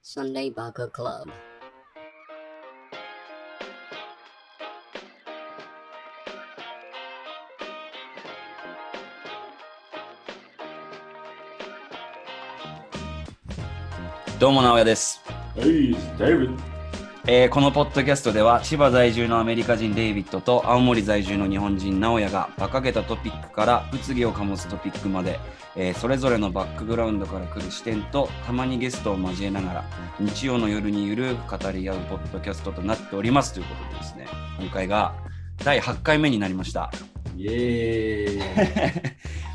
Sunday Baka Club. Club どうも、直哉です。 Hey, it's David. えーこのポッドキャストでは千葉在住のアメリカ人デイビッドと青森在住の日本人直哉が馬鹿げたトピックから物議を醸すトピックまで、えーそれぞれのバックグラウンドから来る視点とたまにゲストを交えながら日曜の夜にゆるく語り合うポッドキャストとなっておりますということでですね今回が第8回目になりました イエ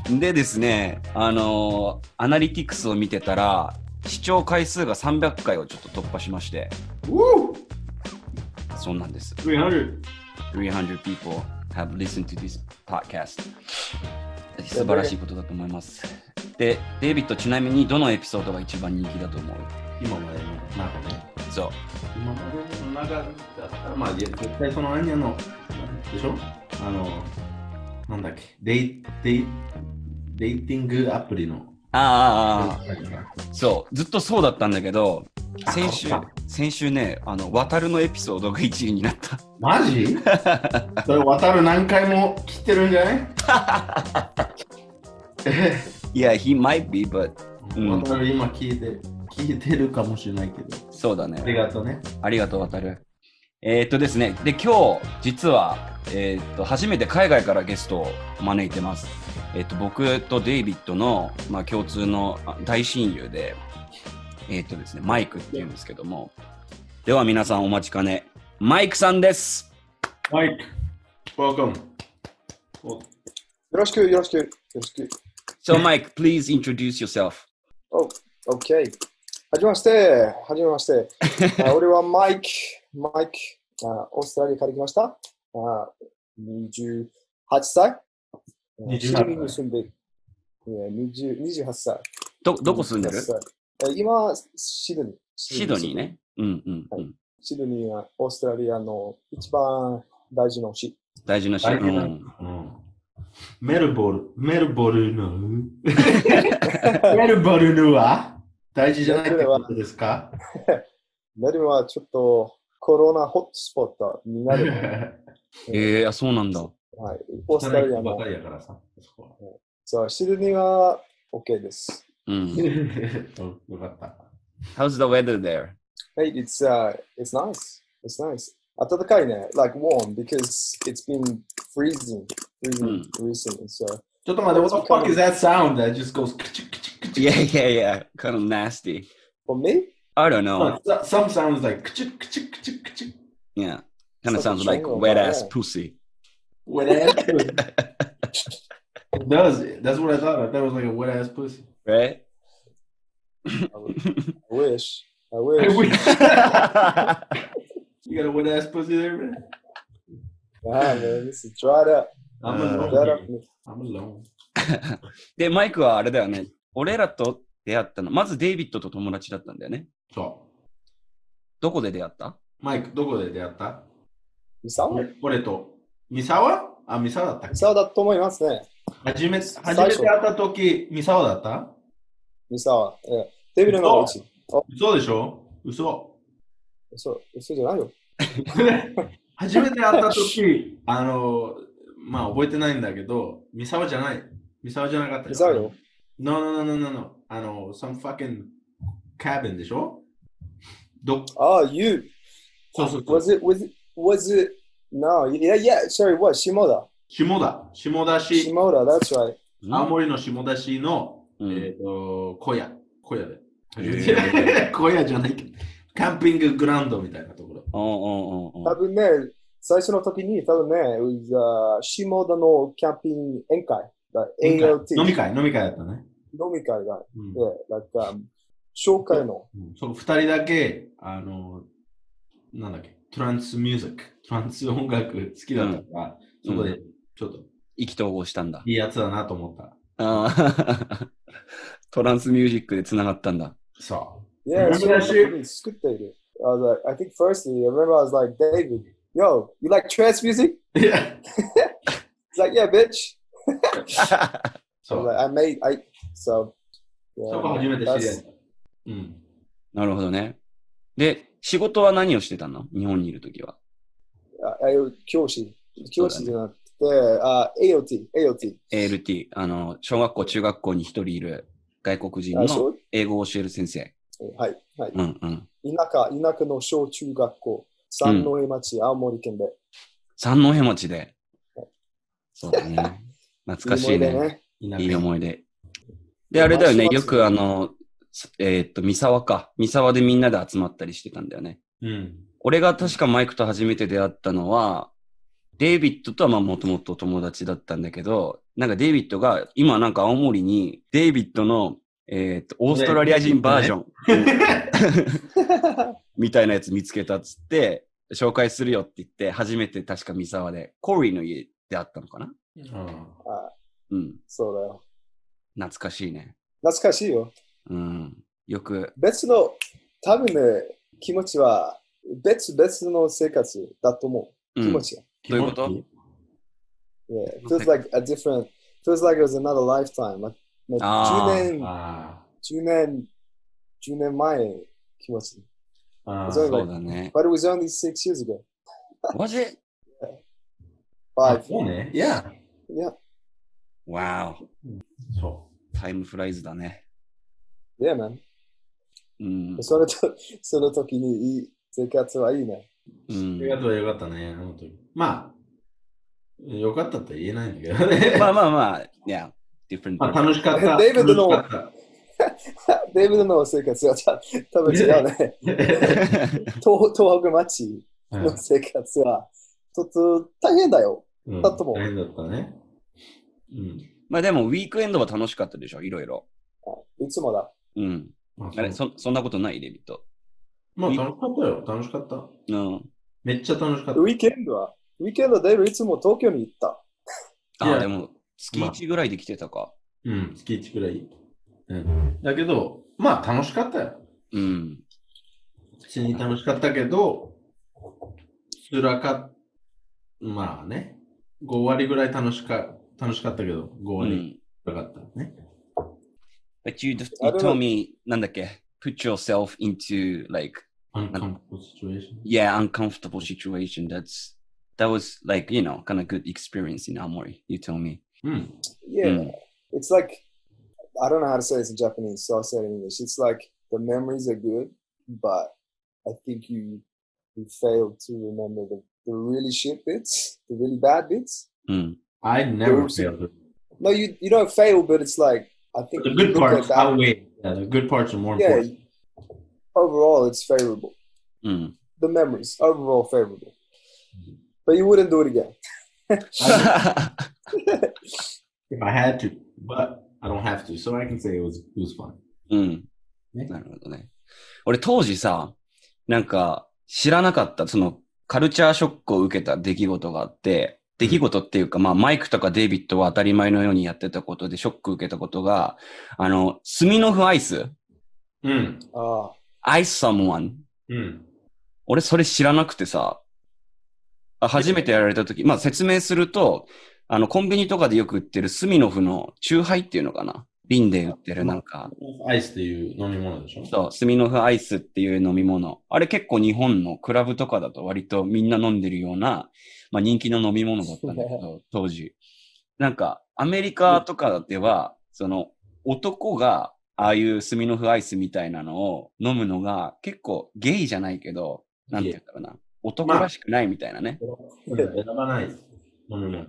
ーイ。でですねあのーアナリティクスを見てたら視聴回数が300回をちょっと突破しまして Woo! そうなんです 300. 300 people have listened to this podcast 素晴らしいことだと思いますでデイビッドちなみにどのエピソードが一番人気だと思う今までの中ね。そう今までの中だったら、まあ、いや絶対その何やの、でしょあの、なんだっけ、デイ、デイ、デイティングアプリの。あああなんだっあそうずっとそうだったんだけどあ先週そうか先週ねあの渡るのエピソードが1位になったけマジそれ渡る何回も切ってるんじゃない えいや、he might be but うん渡る今聞いて、聞いてるかもしれないけど。そうだありねがとうね。ありがとう渡るえーっとですねで今日実はえーっと初めて海外からゲストを招いてますえっと、僕とデイビッドの、まあ、共通のあ大親友で、えっとですね、マイクっていうんですけども、では皆さんお待ちかね、マイクさんです。 Mike, welcome. Well, よろしく、よろしく、よろしく。 So, Mike, please introduce yourself. Oh, OK。はじめまして、はじめまして。 あ俺はマイク、マイク、あオーストラリアから来ました。あ28歳。 28シドニーに住んでいや20 28歳。ど、どこ住んでる28歳え今、シドニー。シドニー。ね。うんうん、うん。シドニーはオーストラリアの一番大事な市。大事なシ大ー事ン。なうんメルボル、メルボルヌメルボルヌは大事じゃないってことですかメルボルンはちょっとコロナホットスポットに なる。えー、あ、そうなんだ。はい、オーストラリアばのか。りやからさ。そこはそう、シドニーは OK です。うん。およかった。 How's the weather there? Hey, it's uh, it's nice. It's nice. 暖かいね。Like warm because it's been freezing, freezing recently. So ちょっと待って、what the fuck is that sound that just goes クチュクチュクチュ Yeah, yeah, yeah. Kind of nasty. for me, I don't know. No, Some sounds like クチュクチュクチュクチュ Yeah. Kind of sounds Something like jungle, wet ass yeah. pussy. Wet ass pussy. It does. That's what I thought. I thought it was like a wet ass pussy. Right? I wish, I wish. you got a wet ass pussy there, man? ah, man, this is dried up. I'm Uh, alone. Dried up. I'm alone. で、マイクはあれだよね。俺らと出会ったの。まずデイビッドと友達だったんだよね。そどこで出会ったう。マイク、どこで出会ったミサオ？俺と。ミサワあ、ミサワだったっミサオだと思いますね。け初め初最初めて会った時、ミサワだったミサオ。え、テーブルのお家。嘘でしょ嘘。 嘘、嘘じゃないよ。初めて会った時、あの、まあ覚えてないんだけど、ミサワじゃない。ミサワじゃなかったミサオよ。。 No, no, no, no, no, no. あの、some fucking cabin でしょどあ、you Ah, そうそうそう。 was it was it was it no yeah yeah sorry what 下田下田。下田市、下田 that's right 青森の下田市のうんえっ、と、小屋。小屋で。へー 小屋じゃないけど、キャンピンググラウンドみたいなところ。おうんうんうん多分ね、最初の時に多分ね、it was, uh, 下田のキャンピング宴会、like、ALT 飲み会、飲み会だったね。飲み会が、うんで、like, um, 紹介の、うんそう、二人だけ、あの、なんだっけ、トランスミュージック、トランス音楽好きだったから、うんそこで、ちょっと、意気投合したんだ。 いいやつだなと思った。あートランスミュージックでつながったんだ。そいや、飲そみの会し時に作っている。I, was like, I think firstly, I remember I was like, David, yo, you like trance music? う。いや、 He's like, yeah, bitch. そう。 I, was like, I made, I, so, そこ初めて知り合 that's, い。うん。なるほどね。で、仕事は何をしてたの日本にいるときは。ああ教師。教師じゃなくて、あ AOT、AOT。 ALT、あの、小学校、中学校に一人いる外国人あそのう英語を教える先生。はい、はい。うんうん。田舎、田舎の小中学校、三戸町、青森県で。三戸町で。そうだ ね。懐かしいい思出ね。田舎いい思い出。で、あれだよね、まあよくあの、すえーっと、三沢か。三沢でみんなで集まったりしてたんだよね。うん。俺が確かマイクと初めて出会ったのは、デイビッドとはまあもともと友達だったんだけど、なんかデイビッドが、今なんか青森に、デイビッドの、えーっと、オーストラリア人バージョン、みたいなやつ見つけたっつって、紹介するよって言って、初めて確か三沢で、コーリーの家で会ったのかなあうん。そうだよ。懐かしいね。懐かしいよ。うん。よく、別の、多分ね、気持ちは別々の生活だと思う。う気ん持、ちが。どういうこと気持ち Yeah, it feels like a different, feels like it was another lifetime. Like, like あー10年、あ10年、10年前の気持ち。あ。ああ。そうそうだね。 But it was only six years ago. Was it? Five. そうね。いや。 Yeah, Wow. そタイムフライズだね。 yeah, man. うん。そのとその時にいい生活はいいね。うう。んあり、がとう、よかったね。あの時。まあ、よかったとは言えないんだけど ね。まあまあまあ、いや、different. まあ、楽しかった。デイビッドの楽しかっ デイビッドの生活はた多分違う ね。東東北町 たの生活はちょっと大変だうよ。んだと思う大変だったね。うん。まあでも、ウィークエンドは楽しかったでしょ、いろいろ。いつもだ。うん。まああれ、そそんなことないデビット。まあ、楽しかったよ。楽しかった。うん。めっちゃ楽しかったウ。ィーケンドは、ウィーケンドデイビッドいつも東京に行った。あいあ、やでも、月1ぐらいで来てたか。うん、月1くらい。うん。だけど、まあ、楽しかったよ。うん。普通に楽しかったけど、辛かっまあね、5割ぐらい楽しか楽しかったけど、5う割ん。辛かったね。 But you, just- I you don't told know. me, なんだっけ Put yourself into, like, uncomfortable situation. yeah, uncomfortable situation. That's, that was, like, you know, kind of good experience in Amori, you told me. うん。 Yeah. うん It's like, I don't know how to say this in Japanese, so I'll say it in English. It's like the memories are good, but I think you you failed to remember the, the really shit bits, the really bad bits. うん。 I never Those- failed. No, you you don't fail, but it's like I think The you good look parts at that- outweigh. Yeah, the good parts are more Yeah. important. Overall, it's favorable. うん。 The memories overall favorable, but you wouldn't do it again. I- if I had to, but I don't have to, so I can say it was it was fun. うん。ねなるほどね。俺当時さ、なんか知らなかった、そのカルチャーショックを受けた出来事があって、出来事っていうか、まあマイクとかデイビッドは当たり前のようにやってたことでショック受けたことが、あの、スミノフアイスうん。 Ah, ?I someone。うん。俺それ知らなくてさ、あ初めてやられた時、まあ説明すると、あのコンビニとかでよく売ってるスミノフのチューハイっていうのかな瓶で売ってるなんか、アイスっていう飲み物でしょそう、スミノフアイスっていう飲み物。あれ結構日本のクラブとかだと割とみんな飲んでるような、まあ人気の飲み物だったんだけど、当時。なんか、アメリカとかでは、その、男が、ああいうスミノフアイスみたいなのを飲むのが結構ゲイじゃないけど、なんて言ったかな。男らしくないみたいなね。選ばない飲み物。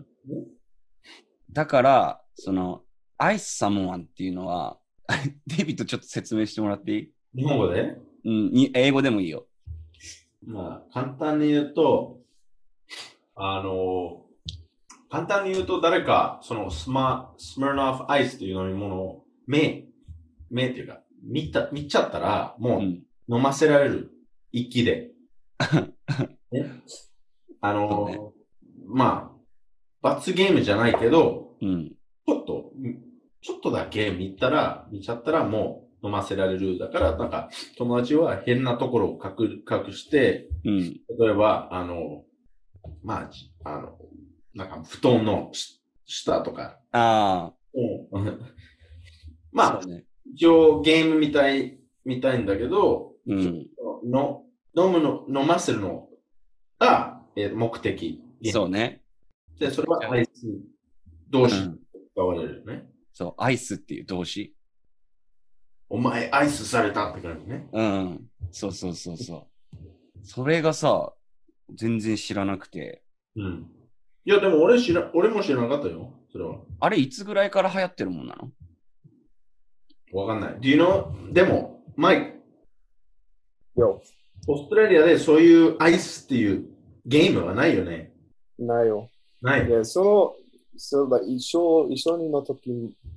だから、その、アイスサモワンっていうのは、 デイビッドちょっと説明してもらっていい日本語でうん、に英語でもいいよ。まあ、簡単に言うと、あの、簡単に言うと、誰か、そのスマ、スムーナーフアイスという飲み物を、目、目っていうか、見た、見ちゃったら、う。もうん飲ませられる。一 気で。ねそうあの、ねまあ、罰ゲームじゃないけど、うん。ちょっと、んちょっとだけ見たら、見ちゃったらもう飲ませられる。だから、なんか、友達は変なところを隠隠して、うん。例えば、あの、まあ、じあの、なんか、布団のし下とか。ああ、まあ そう、ね、一応ゲームみたい、みたいんだけど、うん。の、飲むの、飲ませるのが、えー目的。そうね。で、それはアイス同士うん使われるよね。そう、アイスっていう動詞。お前、アイスされたって感じね。うん。そうそうそうそう。それがさ、全然知らなくて。うん。いや、でも俺知ら、俺も知らなかったよ。それは。あれ、いつぐらいから流行ってるもんなのわかんない。Do you know? でも、マイク、 Yo, オーストラリアでそういうアイスっていうゲームはないよね。 nayo. ない。で、その、そうだ、一生、一緒にの時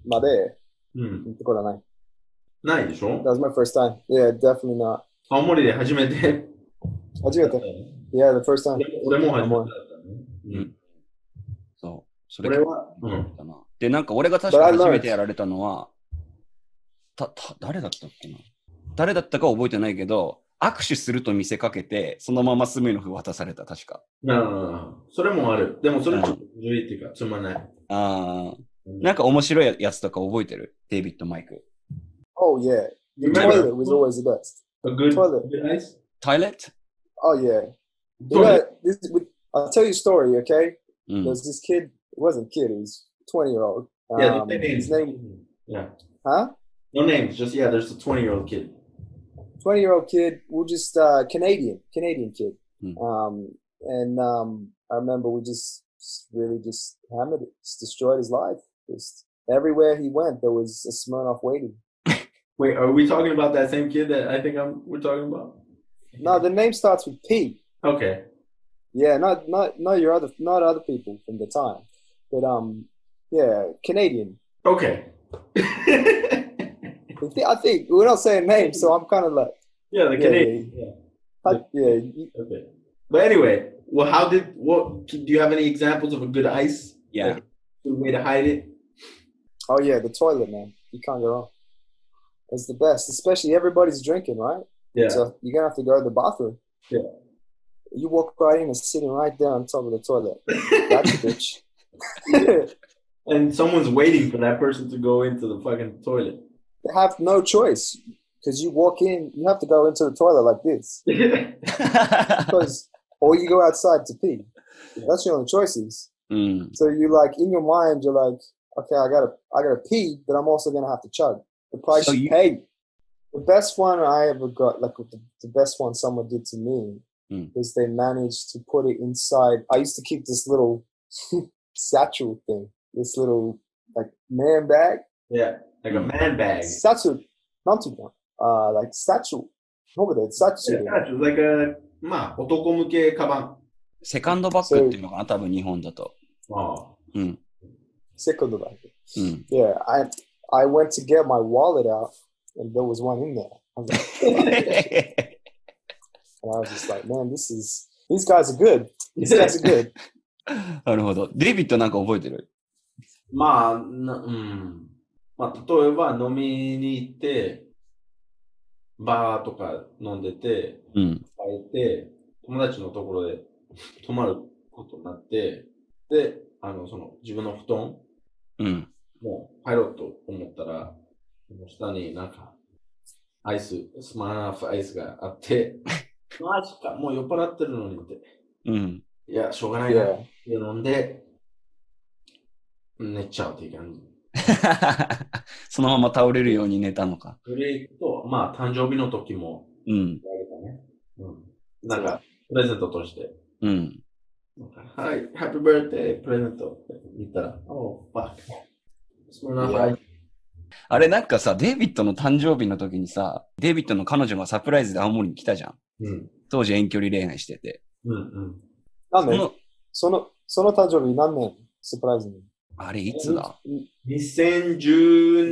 まで、うん。行ったことはない。ないでしょ That was my first time. Yeah, definitely not. 青森で初めて。初めて。Yeah, the first time. 俺も初めてだったね。うん。そう。そこれれは、うん。だな。で、なんか俺が確か But I learned. 初めてやられたのは、た、た、誰だったっけな誰だったかは覚えてないけど、握手すると見せかけて、そのままスムイのフ渡された、確か。なるほどなるほど。それもある。でもそれちょっとずるいっていうか、つまんない。あー、なんか面白いやつとか覚えてるデイビッド・マイク。 Oh, yeah. The Remember- toilet was always the best. A good, Toilet. good ice? タイレット Oh, yeah. You know, Toilet. this, I'll tell you a story, okay? うん。 There's this kid, it wasn't a kid, he was 20 year old. Yeah, there's Um, no names. his name, Yeah. huh? No names. Just, yeah, there's a 20 year old kid. 20 year old kid we'll just uh canadian canadian kid Hmm. um and um i remember we just just really just hammered it just destroyed his life just everywhere he went there was a smirnoff waiting Wait, are we talking about that same kid that I think I'm, we're talking about? no the name starts with p Okay. yeah not not not your other not other people from the time but um yeah canadian Okay. i thi- I think we're not saying names so i'm kind of like yeah, the Yeah, Canadian. Yeah. I- yeah you- Okay. But anyway, well, how did what? Do you have any examples of a good ice? Yeah. Like, good way to hide it. oh yeah the toilet man you can't go wrong it's the best especially everybody's drinking right Yeah. So you're gonna have to go to the bathroom. Yeah. You walk right in and sitting right there on top of the toilet. That's a bitch. they and someone's waiting for that person to go into the fucking toilet. have no choice because you walk in, you have to go into the toilet like this because, or you go outside to pee. That's your only choices. うん。 So you like in your mind, you're like, okay, I gotta, I gotta pee, but I'm also gonna have to chug. The price So you you- pay. The best one I ever got, like the, the best one someone did to me, Mm. was they managed to put it inside. I used to keep this little satchel thing, this little like man bag, yeah, like a Mm. man bag. satchel, not one, uh, like satchel. Over there, satchel. Yeah, it's like a まあ、男向けカバン。セカンドバッグっていうのかな、多分日本だと。あ Second of that. うん。 Yeah, I, I went to get my wallet out, and there was one in there. I was like, And I was just like, man, this is these guys are good. These guys are good. なるほど。デイビッドなんか覚えてるまあ、なうん。まあ、例えば飲みに行って、バーとか飲んでて、うん。会えて、友達のところで泊まることになって、で、あの、その、自分の布団うん。もう入ろうと思ったら、下になんか、アイス、スマーナフアイスがあ って、マジか、もう酔っ払ってるのにって。うん。 いや、しょうがないな。 Yeah. で飲んで、寝ちゃうっていう感じ。そのまま倒れるように寝たのか。ブレイクと、まあ、誕生日の時もうん。やれたね。うん。なんか、プレゼントとして。うん。はい、ハッピーバーデー、プレゼントって言ったら、おー、バック。そんな、 Yeah. はい。あれなんかさ、デイビッドの誕生日の時にさ、デイビッドの彼女がサプライズで青森に来たじゃん。うん。当時遠距離恋愛してて。うんうん。何そ年のそのその誕生日何年サプライズにあれいつだ 2014?15?14 14年か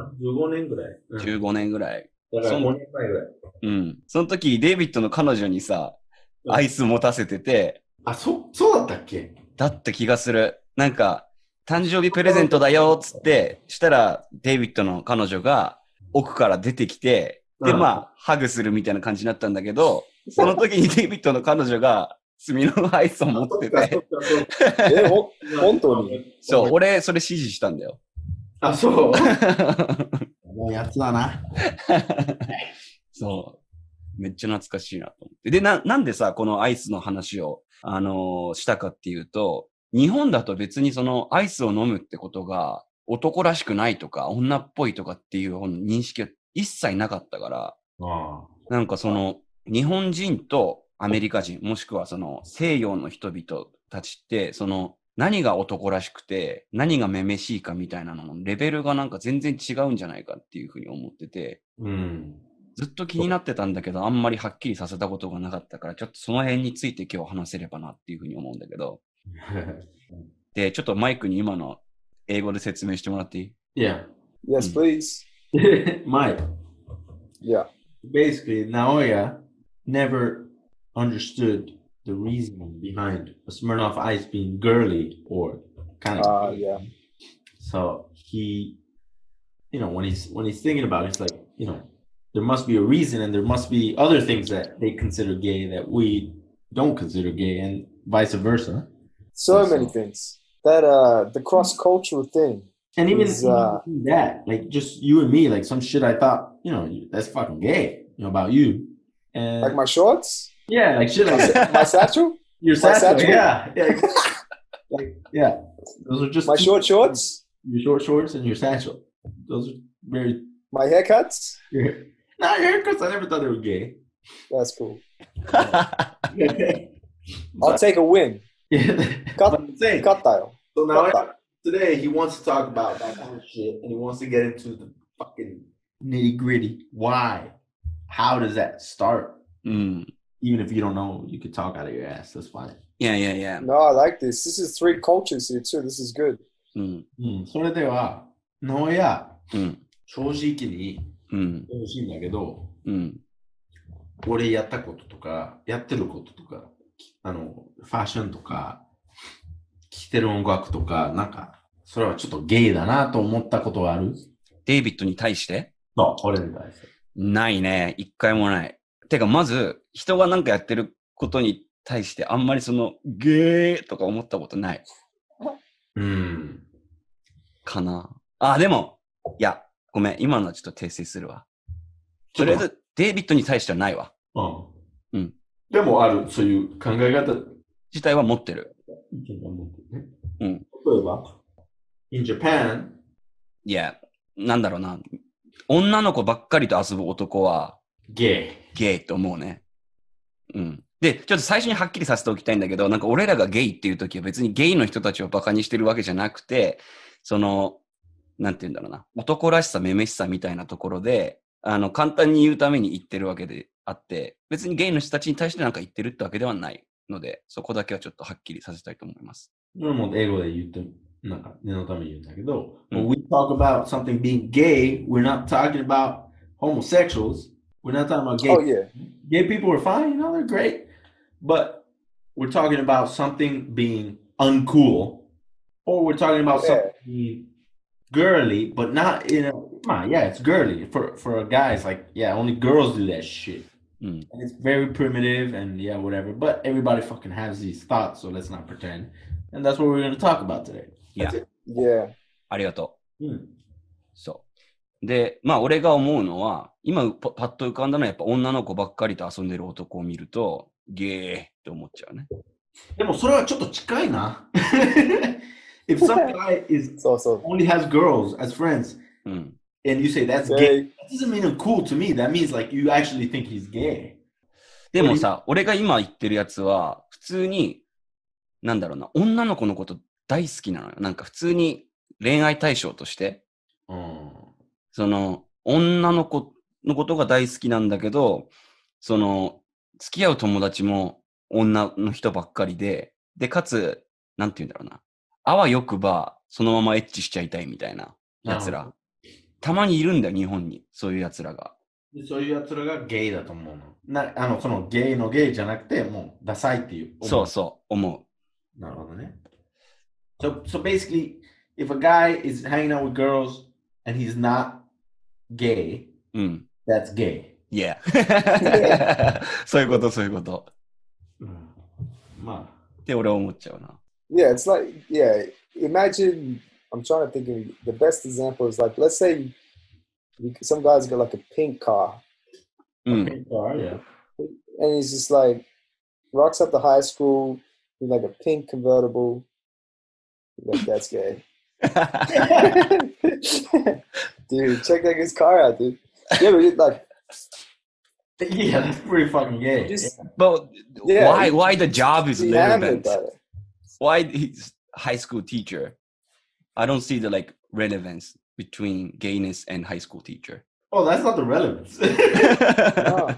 な ?15 年ぐらい。うん ?15 年ぐらい。だからそん5年前ぐらい。うん。その時、デイビッドの彼女にさ、うんアイス持たせてて、あ、そ、そうだったっけだった気がする。なんか、誕生日プレゼントだよっつって、したら、デイビッドの彼女が奥から出てきて、で、うんまあ、ハグするみたいな感じになったんだけど、その時にデイビッドの彼女が、炭のアイスを持ってあそて、っかそっかえほそっか本当に そう、俺、それ指示したんだよ。あ、そう。のやつだな。そう。めっちゃ懐かしいなと思って。で、な、なんでさ、このアイスの話を、あのーしたかっていうと、日本だと別にそのアイスを飲むってことが男らしくないとか女っぽいとかっていうこの認識は一切なかったから、あなんかその日本人とアメリカ人、もしくはその西洋の人々たちって、その何が男らしくて何がめめしいかみたいなののレベルがなんか全然違うんじゃないかっていうふうに思ってて、うん。 ずっと気になってたんだけど、あんまりはっきりさせたことがなかったから、ちょっとその辺について今日話せればなっていうふうに思うんだけど。で、ちょっとマイクに今の英語で説明してもらっていい yeah. Yes, Mm. please. Mike, Yeah. basically, Naoya never understood the reason behind a Smirnoff Ice being girly or kind of. Uh, yeah. So he, you know, when he's when he's thinking about it, he's like, you know, there must be a reason, and there must be other things that they consider gay that we don't consider gay, and vice versa. So Yes. many things. That uh the cross cultural thing. And even Is, uh, even that, like just you and me, like some shit I thought, you know, you- that's fucking gay, you know, about you. And Like my shorts? yeah, like shit My, like sa- my satchel? your my satchel, satchel. yeah, yeah. like yeah, those are just My two- short shorts? your short shorts and your satchel. Those are very. My haircuts? Nah, haircuts. I never thought they were gay. That's cool. yeah. I'll take a win. But I'm saying, Cut dial. so now cut. today he wants to talk about that kind of shit and he wants to get into the fucking nitty gritty. Why? How does that start? うん。 Even if you don't know, you could talk out of your ass. That's fine. Yeah, yeah, yeah. No, I like this. This is three cultures here too. This is good. うん。うん、それでは、ノーや、うん正直にうん。欲しいんだけど、うん。俺やったこととか、やってることとか、あの、ファッションとか、着てる音楽とか、なんか、それはちょっとゲイだなと思ったことはあるデイビッドに対してそう、俺に対して。ないね。一回もない。てか、まず、人がなんかやってることに対して、あんまりその、ゲーとか思ったことない。うん。かな。あ、でも、いや、ごめん。今のはちょっと訂正するわ。とりあえず、デイビッドに対してはないわ。うん。うんでもある、そういう考え方。自体は持ってる。意見が持ってるね。うん例えば、in Japan, いや、なんだろうな。女の子ばっかりと遊ぶ男はゲイ。ゲイって思うね。うん。で、ちょっと最初にはっきりさせておきたいんだけど、なんか俺らがゲイっていう時は別にゲイの人たちをバカにしてるわけじゃなくて、その、なんて言うんだろうな。男らしさ、めめしさみたいなところで、あの、簡単に言うために言ってるわけであって、別にゲイの人たちに対してなんか言ってるってわけではないので、そこだけはちょっとはっきりさせたいと思います。俺も英語で言って、なんか念のために言うんだけど、うん when we talk about something being gay, we're not talking about homosexuals. We're not talking about gay. Oh yeah. Gay people are fine, you know, they're great. But we're talking about something being uncool, or we're talking about Yeah. something being girly, but not, you know, come on, yeah, it's girly. For, for guys, like, yeah, only girls do that shit. Mm. And it's very primitive and yeah, whatever. But everybody fucking has these thoughts, so let's not pretend. And that's what we're going to talk about today. That's it. Yeah. ありがとう。 Mm. そう。で、まあ、俺が思うのは、今パ、パッと浮かんだのは、やっぱ女の子ばっかりと遊んでる男を見ると、ゲーって思っちゃうね。でもそれはちょっと近いな。if some guy is It's also only has girls as friends, うん。 and you say that's gay, gay. that doesn't mean I'm cool to me. That means like you actually think he's gay. でもさ、俺が今言ってるやつは、普通に、なんだろうな、女の子のこと大好きなのよ。なんか普通に恋愛対象として、Mm. その、女の子のことが大好きなんだけど、その、付き合う友達も女の人ばっかりで、で、かつ、なんて言うんだろうな。あわよくば、そのままエッチしちゃいたいみたいな奴ら。たまにいるんだよ、日本に。そういう奴らが。でそういうやつらがゲイだと思うの。なあのそのゲイのゲイじゃなくてもうダサいっていう。そうそう、思なるほどね。So, so basically, if a guy is hanging out with girls and he's not gay, う。うん。 that's gay. いや。 そういうこと、そういうこと。って俺は思っちゃうな。 Yeah, it's like yeah. Imagine I'm trying to think of the best example is like let's say Some guy's got like a pink car, うん。 Car, yeah. and he's just like rocks up to high school with like a pink convertible. Like that's gay, dude. Check like his car out, dude. Yeah, but like Yeah, that's pretty fucking gay. just but Yeah. why, why the job is be happy relevant? about it. Why he's high school teacher? I don't see the like relevance between gayness and high school teacher. oh, that's not the relevance. No,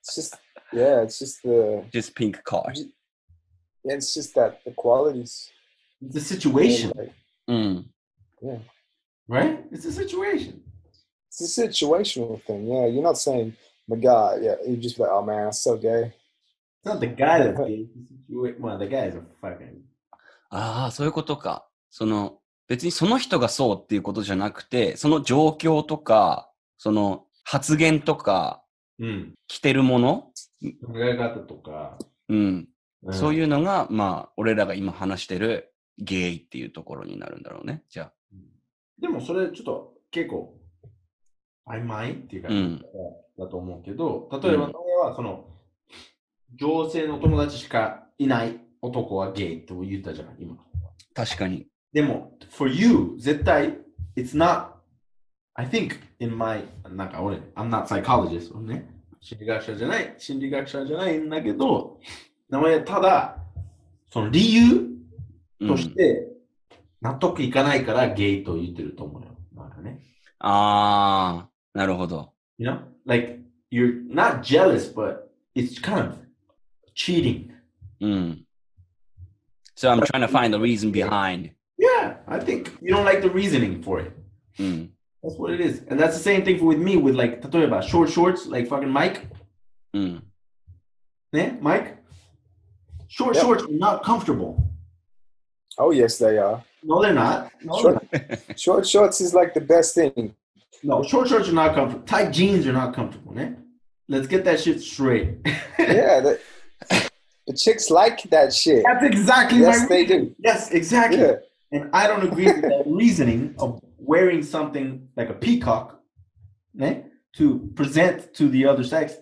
it's just yeah, it's just the Just pink car. yeah, it's just that the qualities. the situation, Like, Mm. right? It's a situation. it's a situational thing. Yeah, you're not saying my God. Yeah, you just be like, oh man, that's so gay. It's not the guy that's gay. It's the situa- well, the guy is a fucking. ああ、そういうことか。その、別にその人がそうっていうことじゃなくて、その状況とか、その発言とか、うん。着てるもの、考え方とか、うん、そうういうのが、まあ、俺らが今話してるゲイっていうところになるんだろうね。じゃん。でもそれちょっと結構曖昧っていうか、うんだと思うけど、例えば、うん俺はその、女性の友達しかいない男はゲイって言ったじゃん、今。あ、確かに。でも、for you, 絶対、it's not, I think, in my, なんか俺、I'm not psychologist 俺ね。心理学者じゃない、心理学者じゃないんだけど、名前はただ、その理由うんとして、納得いかないからゲイと言ってると思うよ。なんかね。ああ、なるほど。 You know? Like, you're not jealous, but it's kind of cheating. うん。So I'm trying to find the reason behind. Yeah, I think you don't like the reasoning for it. うん。 That's what it is. And that's the same thing with me with like, 例えば short shorts, like fucking Mike. うん。ね、Mike? Short Yeah. shorts are not comfortable. Oh yes, they are. No, they're not. No, they're Short, short shorts is like the best thing. not. no short shorts are not comfortable. Tight jeans are not comfortable, ね。Let's get that shit straight. Yeah, the, the chicks like that shit. That's exactly Yes, my they reason. do. Yes, exactly. Yeah, And I don't agree with that reasoning of wearing something like a peacock ね, to present to the other sex.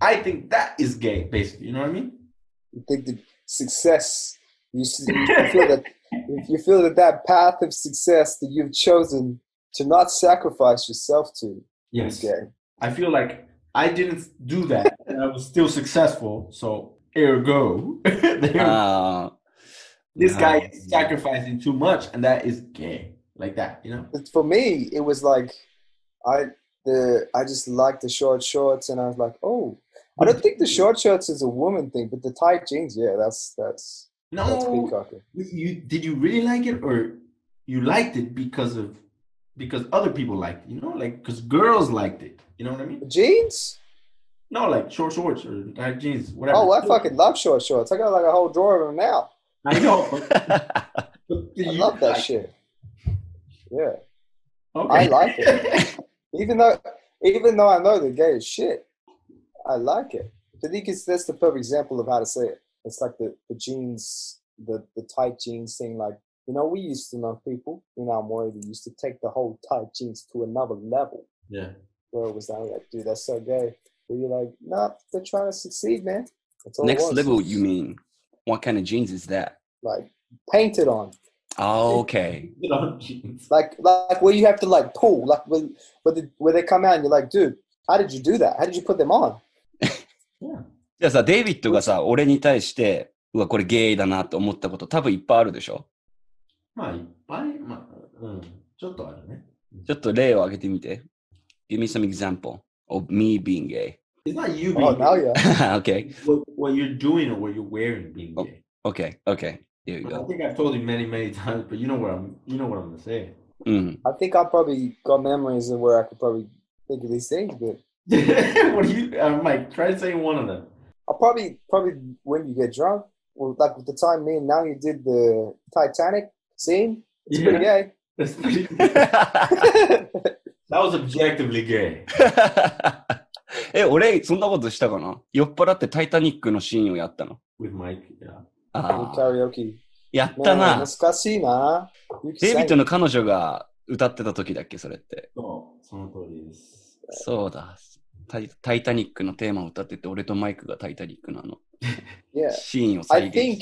I think that is gay, basically. You know what I mean? you think the success. You, s- you feel that you feel that that path of success that you've chosen to not sacrifice yourself to is gay. I feel like I didn't do that and I was still successful. So, ergo, there- ああ。 this guy is なるほど sacrificing too much and that is gay. Like that, you know? But for me, it was like I the I just liked the short shorts, and I was like, oh, I don't think the short shorts is a woman thing, but the tight jeans, yeah, that's that's that's No, peacocking. you did you really like it or you liked it because of because other people liked it, you know? Like, because girls liked it. You know what I mean? Jeans. No, like short shorts or tight jeans, whatever. Oh, I fucking love short shorts. I got like a whole drawer of them now. I know. but- but I you love that like- shit. Yeah, Okay. I like it. Even though, even though I know the gay is shit, I like it. I think it's that's the perfect example of how to say it. It's like the, the jeans, the the tight jeans thing. Like you know, we used to know people in our Moy that used to take the whole tight jeans to another level Yeah. where it was like, like dude, that's so gay. But you're like, nah, they're trying to succeed, man. That's all it Next was. level, you mean? What kind of jeans is that? like painted on. Oh, okay. You know, jeans. like like where you have to like pull like where, where, they, where they come out and you're like dude how did you do that how did you put them on じゃあさ、デイビッドがさ、俺に対して、うわ、これゲイだなと思ったこと多分いっぱいあるでしょまあ、いっぱい、まあ、うん。ちょっとあるね。ちょっと例を挙げてみて。Give me some example of me being gay. It's not you being oh now gay. yeah okay, It's What, what you're doing or what you're wearing being Oh, gay. okay, okay. Here you I go. think I've told you many, many times, but you know what I'm, you know what I'm gonna say. うん。 i think i probably got memories of where i could probably think of these things but what do you? I'm like, try to say one of them. i probably probably when you get drunk well like with the time me and now you did the titanic scene it's pretty gay That's pretty- that was objectively gay. え、俺、そんなことしたかな酔っ払ってタイタニックのシーンをやったの。 With Mike, yeah. In ああ、 karaoke やった man な。 that's casino huh? uh, You デイビッ sang. ドの彼女が歌ってた時だっけ、それって。 So, その通りです。そうだ。タイタイタニックのテーマを歌ってて、俺とマイクがタイタニックのあの Yeah. シーンを再 I 現 think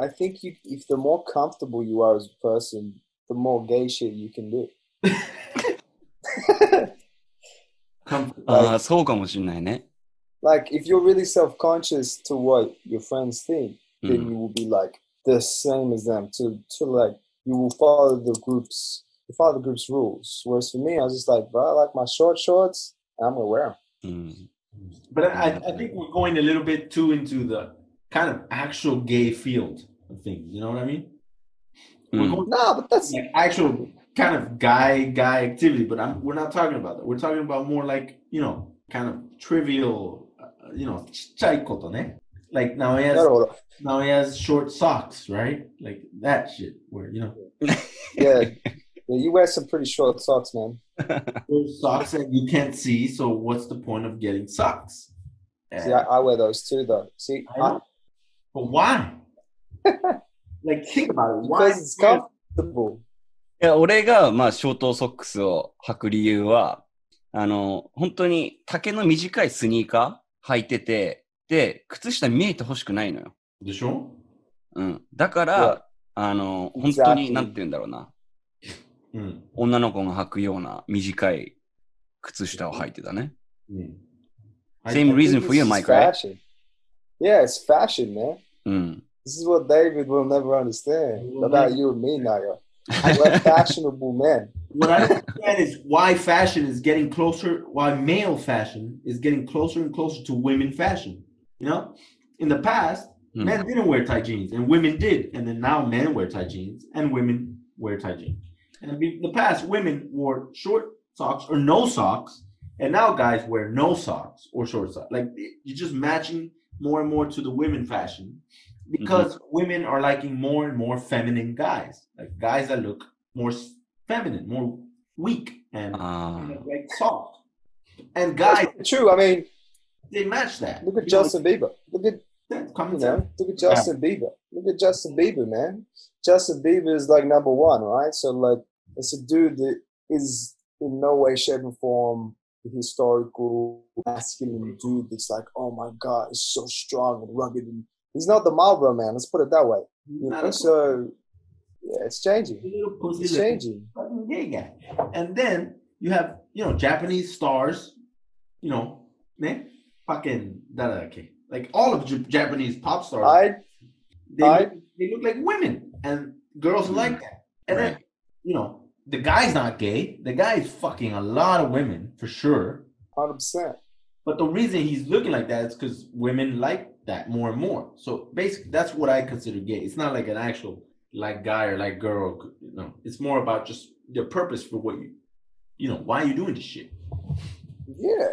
I think you, if the more comfortable you are as a person, the more gay shit you can do. ああ、そうかもしれないね。 Like if you're really self-conscious to what your friends think, う Hmm. then ん you will be like the same as them. To to like you will follow the group's you follow the group's rules. Whereas for me, I was just like, bro, I like my short shorts, and I'm gonna wear them. うん、 But I, I think we're going a little bit too into the kind of actual gay field of things. You know what I mean? う We're ん going Nah, but that's like actual kind of guy guy activity, but I'm we're not talking about that. We're talking about more like you know kind of trivial, uh, you know, ちっちゃいことね. Like now he has not all. now he has short socks, right? Like that shit. Where you know Yeah. yeah, you wear some pretty short socks, man. short socks that you can't see. So what's the point of getting socks? See, I, I wear those too, though. See, I know. But why? like, think about it. Why? because it's comfortable. いや、俺が、まあ、ショートソックスを履く理由は、あの、本当に丈の短いスニーカー履いてて、で、靴下見えてほしくないのよ。でしょうん。だかいらや、あの、本当 Exactly. に、なんて言うんだろうな。うん。女の子が履くような短い靴下を履いてたね。うん。 Same I think reason for this you, is Mike, right? fashion. Yeah, it's fashion, man. うん。 This is what David will never understand Well, about Mike- you and me, Naga. We're fashionable men. What I don't understand is why fashion is getting closer, why male fashion is getting closer and closer to women fashion. You know, in the past, うん men didn't wear tight jeans and women did. And then now men wear tight jeans and women wear tight jeans. And in the past, women wore short socks or no socks. And now guys wear no socks or short socks. Like you're just matching more and more to the women fashion because women are liking more and more feminine guys, like guys that look more s- feminine, more weak and あ kind ー of like soft. And guys, True. I mean, they match that. look at You know, Justin Bieber. Look at it's common you sense. know, look at Justin Bieber. Look at Justin Bieber, man. Justin Bieber is like number one, right? So like, it's a dude that is in no way, shape, or form the historical masculine dude that's like, oh my god, it's so strong and rugged. And he's not the Marlboro man. Let's put it that way. You Not know, a- so yeah, it's changing. little pussy It's looking changing. fucking gay guy. And then you have, you know, Japanese stars, you know, ne? fucking da da okay. Like all of J- Japanese pop stars, I they, I- Hmm. look, they look like women, and girls Mm. like that. And then, Right. you know, the guy's not gay. The guy is fucking a lot of women for sure. hundred percent. But the reason he's looking like that is because women like that more and more. So basically, that's what I consider gay. It's not like an actual like guy or like girl. You know, it's more about just the purpose for what you, you know, why you doing this shit. Yeah.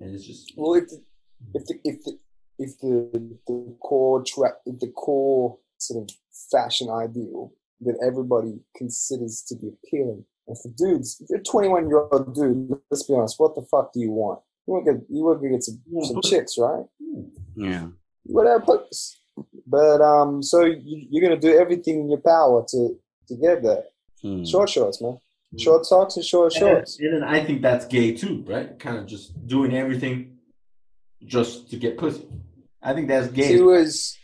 And it's just Well, if the, if the, if the, if the, the core tra- if the core sort of fashion ideal that everybody considers to be appealing, and for dudes, if you're a 21 year old dude, let's be honest, what the fuck do you want? You want to get you want to get some, some chicks, right? hmm. yeah. You want to have puss. But um, so you, you're gonna do everything in your power to to get that. うん。 Short shorts, man. Short socks and short shorts. And, then I think that's gay too, right? Kind of just doing everything just to get pussy. I think that's gay. See, whereas,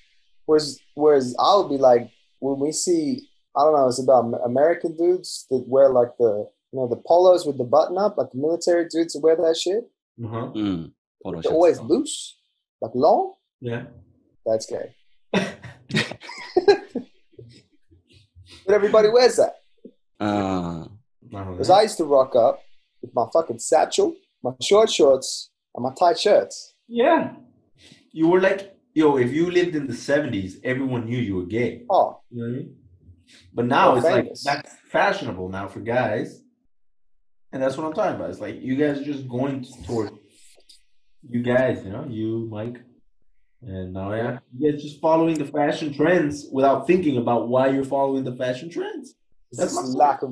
whereas, whereas I would be like, when we see, I don't know, it's about Am- American dudes that wear like the, you know, the polos with the button up, like the military dudes that wear that shit. Uh-huh. うん。ポロシャツ They're always loose, like long. Yeah. That's gay. but everybody wears that. ああ。 Because I used to rock up with my fucking satchel, my short shorts, and my tight shirts. Yeah. You were like, yo, if you lived in the 70s, everyone knew you were gay. Oh, You know what I mean? But now Well, it's like famous. that's fashionable now for guys. And that's what I'm talking about. It's like you guys are just going toward you guys, you know, you, Mike, and now yeah. You guys just following the fashion trends without thinking about why you're following the fashion trends. is That's this my point. lack of,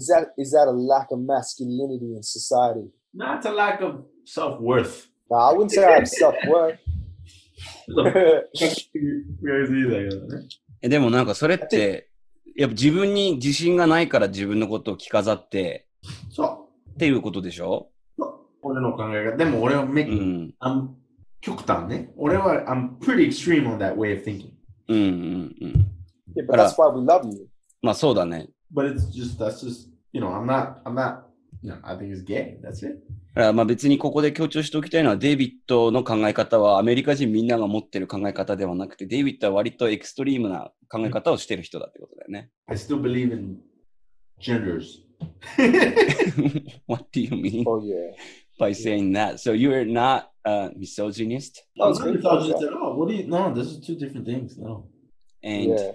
is that is that a lack of masculinity in society? Not to lack of self-worth. No, I wouldn't say I have self worth. yeah, えでもなんかそれって、やっぱ自分に自信がないから自分のことを着飾って、 so っていうことでしょ俺の考え方。でも俺はめ、うん。 I'm 極端ね。俺は I'm pretty extreme on that way of thinking. うんうんうん。 Yeah, but that's why we love you. まあそうだね。 But it's just, that's just, you know, I'm not, I'm not, you know, I think it's gay. That's it. だからまあ別にここで強調しておきたいのは、デイビッドの考え方はアメリカ人みんなが持ってる考え方ではなくて、デイビッドは割とエクストリームな考え方をしてる人だってことだよね。 I still believe in genders. What do you mean Oh yeah. by saying that? So you're not a misogynist That was I'm good. not misogynist at all. What do you, no, this is two different things. No. and, Yeah.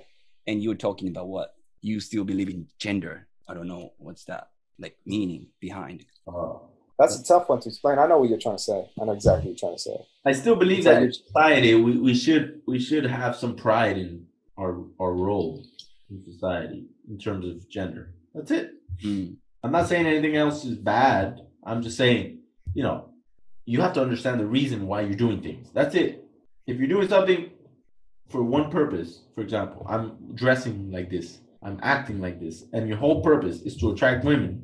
and you're talking about what? You still believe in gender. I don't know what's that like meaning behind. Uh, That's a tough one to explain. I know what you're trying to say. I know exactly what you're trying to say. I still believe It's that like in society we, we should we should have some pride in our our role in society in terms of gender. That's it. うん。 I'm not saying anything else is bad. I'm just saying, you know, you have to understand the reason why you're doing things. That's it. If you're doing something for one purpose, for example, I'm dressing like this, I'm acting like this, and your whole purpose is to attract women.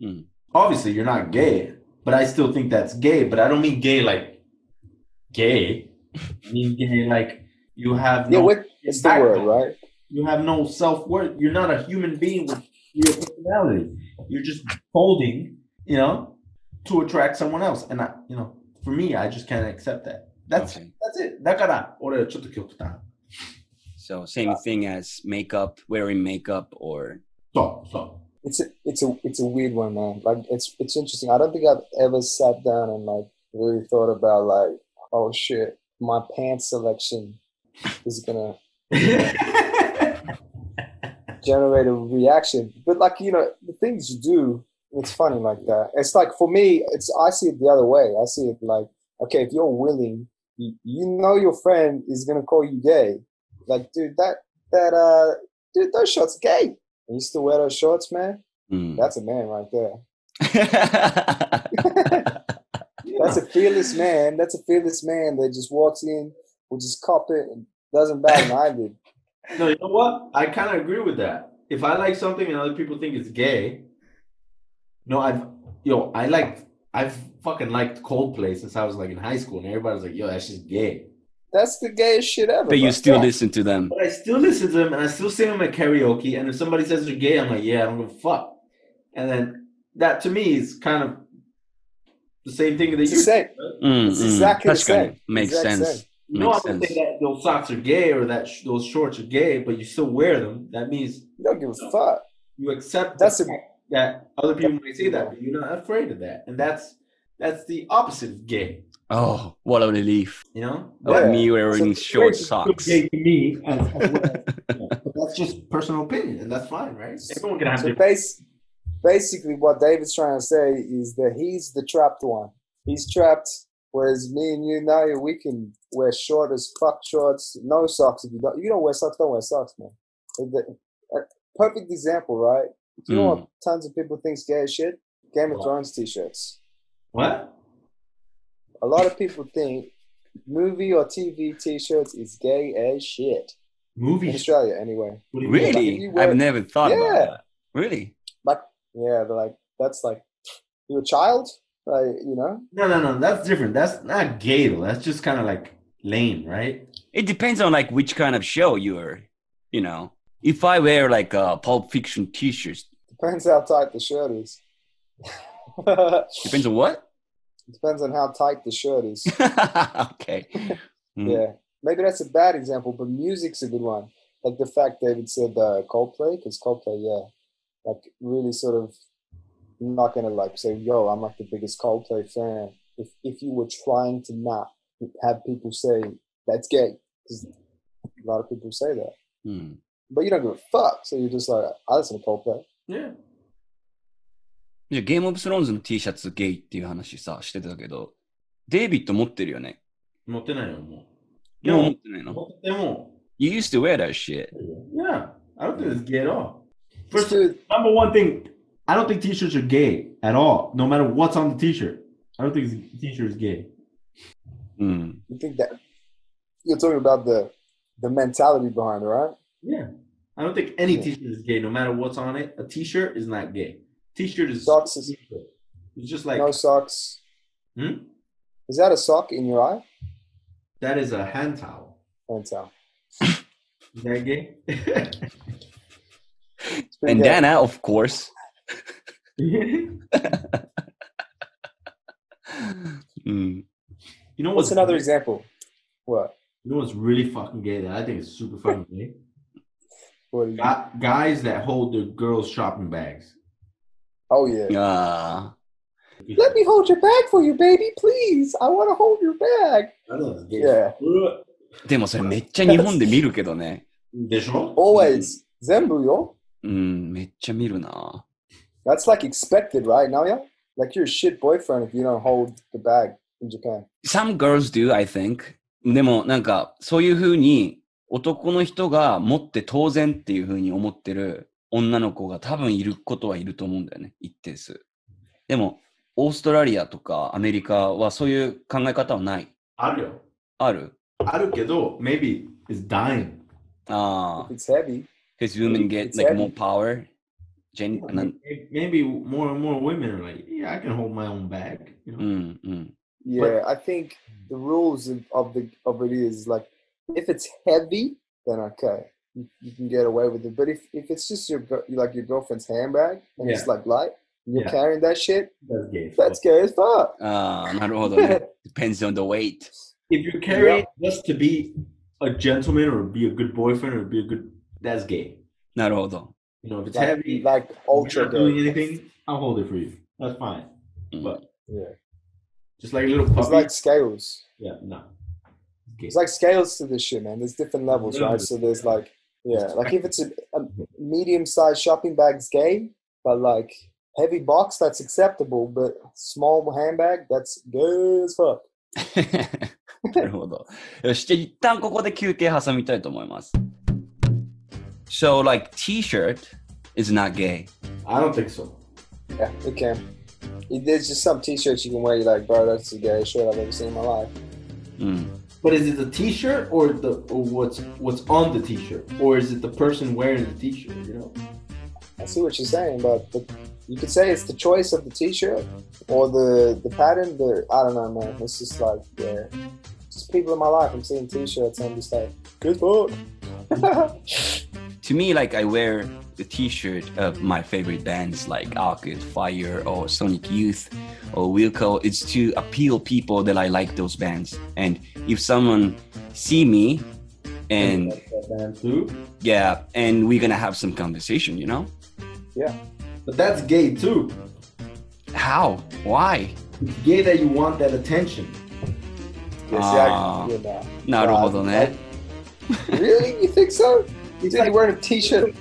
Hmm. Mm. Obviously, you're not gay, but I still think that's gay. But I don't mean gay like gay. I mean gay like you have Yeah, no what it's the word, backbone. right? You have no self worth. You're not a human being with real personality. You're just holding, you know, to attract someone else. And I, you know, for me, I just can't accept that. That's Okay. that's it. だから俺はちょっと極端。 So same thing as makeup, wearing makeup or そう そ It's a, it's a it's a weird one, man. Like it's it's interesting. I don't think I've ever sat down and like really thought about like, oh shit, my pants selection is gonna う。 generate a reaction. But like you know, the things you do, it's funny like that. It's like for me, it's I see it the other way. I see it like okay, if you're willing, you, you know your friend is gonna call you gay. Like, dude, that that uh, dude, those shorts gay. And you still wear those shorts, man. うん。 That's a man right there. い That's a fearless man. That's a fearless man that just walks in, will just cop it, and doesn't bat an eyelid. No, you know what? I kind of agree with that. If I like something and other people think it's gay, no, I've yo, I liked, I've fucking liked Coldplay since I was like in high school, and everybody's like, yo, that's just gay. That's the gayest shit ever. But you like, still yeah. listen to them. But I still listen to them, and I still sing them at karaoke. And if somebody says they're gay, I'm like, yeah, I don't give a fuck. And then that to me is kind of the same thing that It's the you same. うん、うん It's exactly the 確か same. に。Makes Exact sense. You know, I'm Makes saying sense. that those socks are gay or that sh- those shorts are gay, but you still wear them. That means You don't give a fuck. you accept That's the a- fact that other people might say that, but you're not afraid of that. And that's that's the opposite of gay. Oh, what a relief. You know, Of Yeah. me wearing So- short It's socks. gay to me, as, as well as- you know, but that's just personal opinion, and that's fine, right? Everyone can have So different. bas- basically, what David's trying to say is that he's the trapped one. He's trapped, whereas me and you now we can wear short as fuck shorts, no socks. If you don't, you don't wear socks, don't wear socks, man. And the- a perfect example, right? Hmm. You know what? Tons of people thinks gay as shit. Game of Wow. Thrones t-shirts. What? A lot of people think movie or TV t-shirts is gay as shit in Movies? Australia, anyway. What do you mean? Like, if Really? you wear- I've never thought Yeah. about that. Really? Yeah, they're like that's like you're a child, like you know. No, no, no. That's different. That's not gay though. That's just kind of like lame, right? It depends on like which kind of show you're, you know. If I wear like a Pulp Fiction t-shirt, Depends how tight the shirt is. Depends depends on what? on how tight the shirt is. okay. Mm. yeah. Maybe that's a bad example, but music's a good one. Like the fact David said uh, Coldplay, because Coldplay, yeah, like really sort of I'm not gonna like say, yo, I'm like the biggest Coldplay fan. If if you were trying to not have people say that's gay, because a lot of people say that, Mm. but you don't give a fuck, so you're just like, I listen to Coldplay. Yeah. じゃあゲームオブスローンズの T シャツゲイっていう話さしてたけど、デイビッド持ってるよね。いやもう持ってないの ?You used to wear that shit. Yeah. I don't think it's gay at all. First, First, number one thing, I don't think t-shirts are gay at all, no matter what's on the t-shirt. I don't think the t-shirt is gay. うん。 you think that you're talking about the the mentality behind it, right? Yeah. I don't think any t-shirt is gay, no matter what's on it. A t-shirt is not gay. T-shirt is Socks is t-shirt. It's just like, no socks. hmm? Is that a sock in your eye? That is a hand towel. Can't tell. Is that gay? It's pretty And gay. Dana, of course. you Mm. know what's, What's another example? What? You know what's really fucking gay that I think is super fucking gay? What? Is, Guy- Guys that hold the girls' shopping bags. oh yeah. Ah. Let me hold your bag for you, baby, please. I want to hold your bag. I know it's gay. Yeah. でもそれめっちゃ日本で見るけどね。でしょ Always. Zenbu, yo. うん、めっちゃ見るな。 That's like expected, right, Naoya? Like you're a shit boyfriend if you don't hold the bag in Japan. Some girls do, I think. でもなんかそういうふうに男の人が持って当然っていうふうに思ってる女の子が多分いることはいると思うんだよね。一定数。でもオーストラリアとかアメリカはそういう考え方はない。あるよ。あるあるけど、maybe it's dying. ああ If。it's heavy, Because women get like more power. Gen- なん Maybe more and more women are like, yeah, I can hold my own bag. You う know? んうん。 yeah, I think the rules of, of the of it is like if it's heavy, then okay, you, you can get away with it. But if, if it's just your gir- like your girlfriend's handbag and it's like light, you're Yeah. carrying that shit. That's gay. as That's scary as fuck. ああ、なるほどね。Depends on the weight. if you carry it just to be a gentleman or be a good boyfriend or be a good that's gay. なるほど。 You know, if it's like, heavy, like you're ultra not doing girl. anything, I'll hold it for you. That's fine. うん But- Yeah, Just like a little puppy. it's like scales. yeah, no. Gay. It's like scales to this shit, man. There's different levels, right? So there's like, yeah, like if it's a, a medium-sized shopping bag's gay, but like heavy box, that's acceptable. But small handbag, that's gay as fuck. なるほど。よし、じゃあ一旦ここで休憩挟みたいと思います。So, like, t-shirt is not gay. I don't think so. Yeah, it can. It- There's just some t-shirts you can wear. You're like, bro, that's the gayest shirt I've ever seen in my life. うん。 But is it the T-shirt or the or what's what's on the T-shirt, or is it the person wearing the T-shirt? You know, I see what you're saying, but the, you could say it's the choice of the t-shirt or the the pattern. The I don't know, man. It's just like, yeah, just people in my life. I'm seeing t-shirts. and I'm just like, good fuck. To me, like, I wear the t-shirt of my favorite bands like Arcade Fire or Sonic Youth or Wilco. It's to appeal people that I like those bands. And if someone see me and Like that man too. yeah, and we're gonna have some conversation, you know? But that's gay too. How? Why? It's gay that you want that attention. Yeah, see, I Ah. can do that. なるほどね。 Really? You think so? You think you're wearing a t-shirt?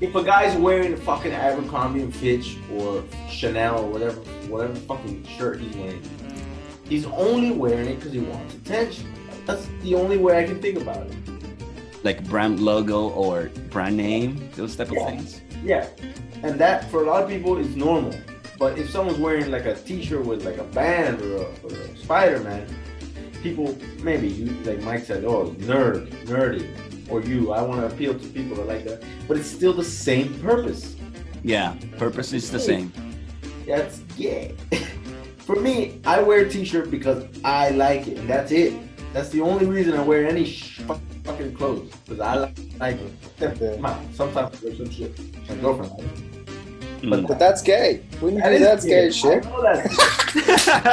If a guy's wearing fucking Abercrombie and Fitch or Chanel or whatever, whatever fucking shirt he's wearing, he's only wearing it because he wants attention. That's the only way I can think about it. like brand logo or brand name, those type of Yeah. things. Yeah, and that for a lot of people is normal. But if someone's wearing like a T-shirt with like a band or a, or a Spider-Man, people maybe you like Mike said, oh nerd, nerdy, or you. I want to appeal to people that like that, but it's still the same purpose. Yeah, purpose is the same. That's yeah. For me, I wear a t-shirt because I like it, and that's it. That's the only reason I wear any sh- fuck- fucking clothes because I like, like it. Except for mine. Sometimes I wear some shit. My girlfriend. likes it. Mm. But that's gay. When Mm-hmm. you do that, that's gay as shit. I know that's,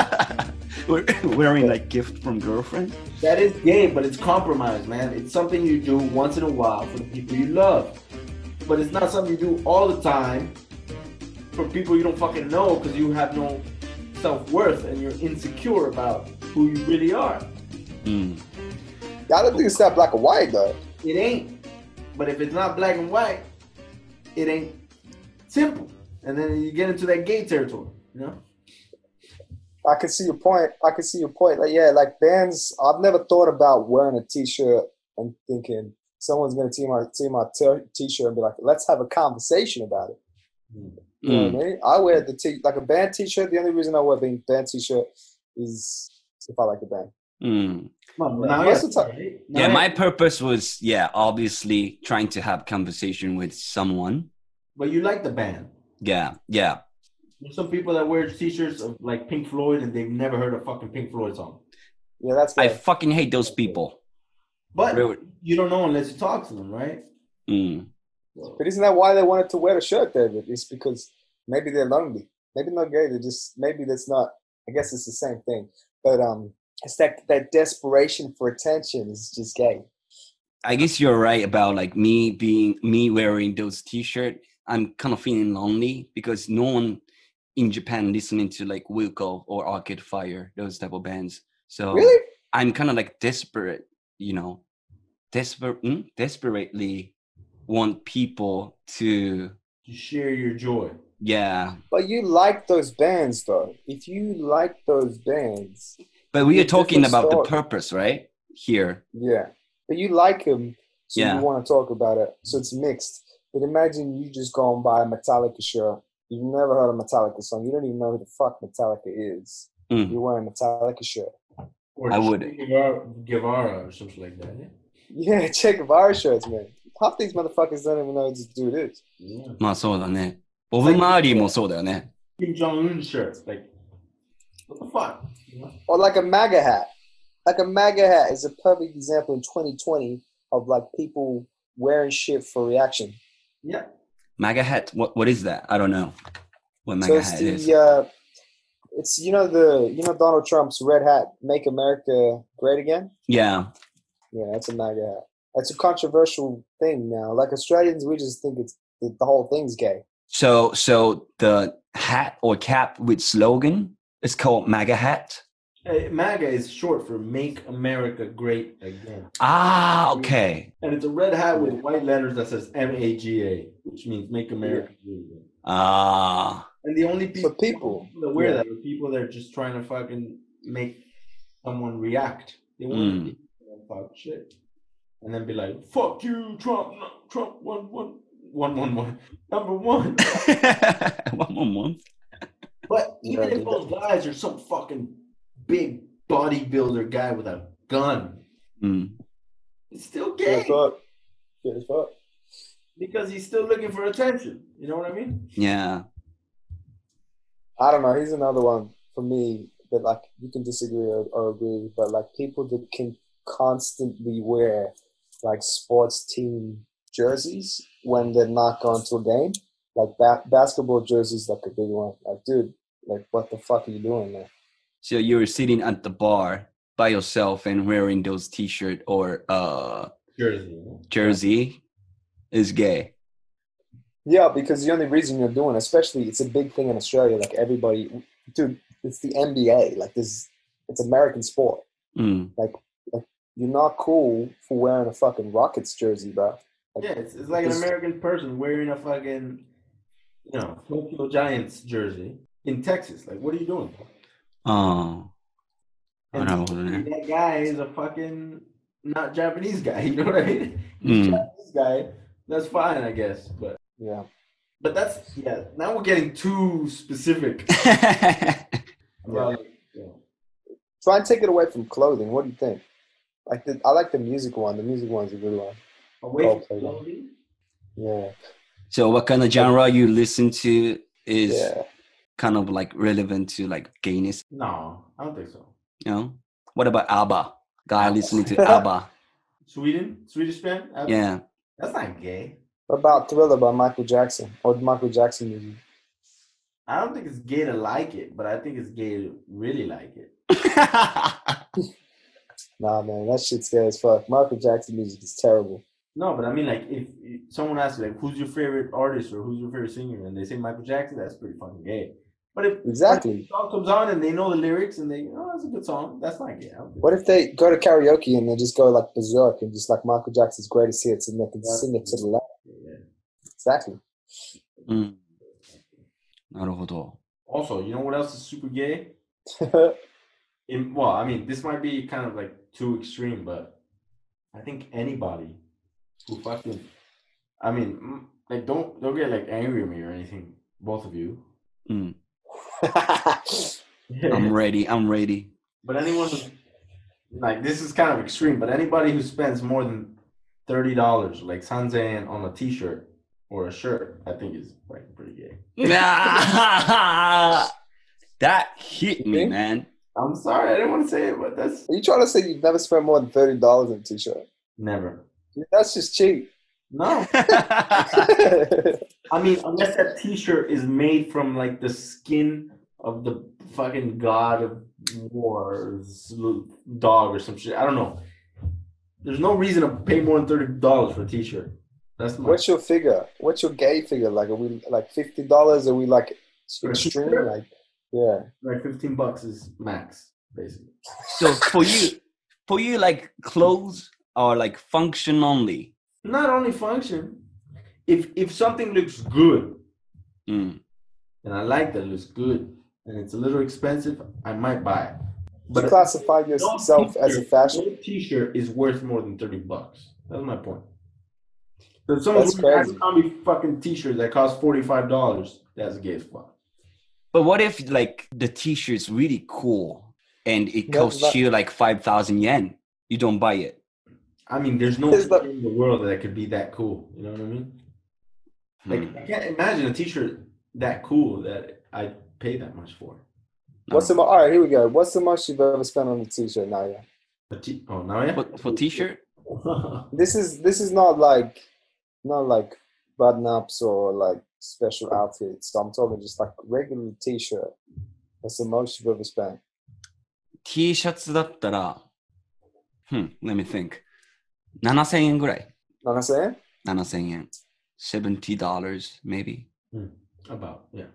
We're wearing like gift from girlfriend. that is gay, but it's compromise, man. It's something you do once in a while for the people you love, but it's not something you do all the time for people you don't fucking know because you have no self worth and you're insecure about who you really are. Mm. I don't think it's that black and white though. It ain't. But if it's not black and white, it ain't simple. And then you get into that gay territory, you know? I can see your point. I can see your point. Like yeah, like bands. I've never thought about wearing a t-shirt and thinking someone's gonna see my see my t- t-shirt and be like, let's have a conversation about it. You know Mm. what I mean? I wear the t like a band t-shirt. The only reason I wear a band t-shirt is if I like the band. Mm. Come on, bro. Now Most of the time- Yeah, my purpose was yeah, obviously trying to have conversation with someone. But you like the band. Yeah, yeah. There's some people that wear t-shirts of like Pink Floyd and they've never heard a fucking Pink Floyd song. Yeah, that's I fair. fucking hate those people. But Really? you don't know unless you talk to them, right? Mm. But isn't that why they wanted to wear a shirt, David? It's because maybe they're lonely. Maybe not gay. They just maybe that's not. I guess it's the same thing. But um, it's that that desperation for attention is just gay. I guess you're right about like me being me wearing those t-shirt. I'm kind of feeling lonely because no one in Japan listening to like Wilco or Arcade Fire, those type of bands. So Really? I'm kind of like desperate, you know, desperate, mm, desperately want people to, You share your joy. yeah. But you like those bands, though. If you like those bands, But we are It's different talking about the story. purpose, right? Here, yeah. But you like them, so Yeah. you want to talk about it. So it's mixed. But imagine you just go and buy a Metallica shirt. You've never heard a Metallica song. You don't even know who the fuck Metallica is. Mm. You're wearing a Metallica shirt. Or I would. Guevara, Guevara or something like that. Yeah. Yeah, check Guevara shirts, man. Half these motherfuckers don't even know what this dude is. yeah. まあそうだね。ボブ・マーリーもそうだよね。 Kim Jong Un shirts, like what the fuck? You know? Or like a MAGA hat. Like a MAGA hat is a perfect example in 2020 of like people wearing shit for reaction. Yeah. MAGA hat, what, what is that? I don't know what so MAGA it's hat the is. uh, it's you know the you know Donald Trump's red hat, make America great again. Yeah. Yeah, that's a MAGA hat. That's a controversial thing now. Like Australians, we just think it's the, the whole thing's gay. So so the hat or cap with slogan is called MAGA hat. Uh, MAGA is short for Make America Great Again. Ah, okay. And it's a red hat with white letters that says M A G A, which means Make America Great Again. Ah, And the only people, people. that wear Yeah. that are people that are just trying to fucking make someone react. They want Hmm. Mm. to be- talk shit. And then be like, fuck you, Trump, no, Trump, one, one, one, one, one, number one. one more month. But even Yeah, if dude. those guys are some fucking big bodybuilder guy with a gun, Mm. it's still Yeah, gay it's fuck. Yeah, it's fuck. because he's still looking for attention. You know what I mean? Yeah. I don't know. He's another one for me that like you can disagree or, or agree, but like people that can constantly wear like sports team jerseys when they're not going to a game, like ba- basketball jerseys, like a big one. Like, dude, like what the fuck are you doing, man? So you were sitting at the bar by yourself and wearing those t-shirt or uh Jersey. you know? jersey is gay. Yeah, because the only reason you're doing, especially, it's a big thing in Australia. Like everybody, dude, it's the NBA. Like this, it's American sport. Mm. You're not cool for wearing a fucking Rockets jersey, bro. Yeah, it's, it's like an It's- American person wearing a fucking, you know, Tokyo Giants jersey in Texas. Like, what are you doing? Oh. And なるほどね that guy is a fucking not Japanese guy. You know what I mean? He's Mm. Japanese guy. That's fine, I guess. But Yeah. but that's yeah. Now we're getting too specific. Mm. about, you know, try and take it away from clothing. What do you think? Like the, I like the music one. The music one's a good one. away Oh, from okay. clothing. Yeah, so what kind of genre you listen to is yeah. kind of like relevant to like gayness, No, I don't think so. you know? What about ABBA? Guy listening to ABBA. Sweden, Swedish band. Uh, Yeah. that's not gay. What about Thriller by Michael Jackson or Michael Jackson music? I don't think it's gay to like it, but I think it's gay to really like it. Nah, man, that shit's gay as fuck. Michael Jackson music is terrible. No, but I mean, like, if if someone asks you, like, who's your favorite artist or who's your favorite singer, and they say Michael Jackson, that's pretty fucking gay. But if Exactly. the song comes on and they know the lyrics and they, oh, that's a good song, that's not gay. I don't think- What if they go to karaoke and they just go like berserk and just like Michael Jackson's greatest hits and they can Yeah. sing it to the left? Yeah. Exactly. うん。なるほど。 Also, you know what else is super gay? yeah, In, well, I mean, this might be kind of like too extreme, but I think anybody who fucking, I mean, mm, like, don't don't get like angry at me or anything, both of you. うん。I'm ready, I'm ready. But anyone like this is kind of extreme, but anybody who spends more than thirty dollars, like Sanzan on a t-shirt or a shirt, I think is like pretty gay. that hit me, Okay. man. I'm sorry, I didn't want to say it, but that's Are you trying to say you've never spent more than thirty dollars on a t-shirt? never. Dude, That's just cheap. No, I mean unless that T-shirt is made from like the skin of the fucking god of war's dog or some shit. I don't know. There's no reason to pay more than thirty dollars for a T-shirt. That's my What's your figure? What's your gay figure? Like, are we like fifty dollars? Are we like extreme? Like, yeah. like fifteen bucks is max basically. so for you, for you, like clothes are like function only. Not only function. If if something looks good, Mm. and I like that it looks good and it's a little expensive, I might buy it. you classify yourself as a fashion. no t-shirt is worth more than 30 bucks. That's my point. So if someone That's has crazy. a comedy fucking t-shirt that costs $45, that's gay as fuck. But what if like the t-shirt's really cool and it No, costs but- you like five thousand yen? You don't buy it. I mean, there's no Is that- thing in the world that could be that cool. You know what I mean? Like, Hmm. I can't imagine a t-shirt that cool that I pay that much for. What's the mo- all right? Here we go. What's the most you've ever spent on a t-shirt, Naya? A t- oh, now yeah. for, for t-shirt? This is this is not like not like button ups or like special outfits. I'm talking just like regular t-shirt. That's the most you've ever spent. T シャツだったら、hmm, let me think. 7000円ぐらい。 Know what I'm saying? 7000円。70 dollars, maybe. About, yeah.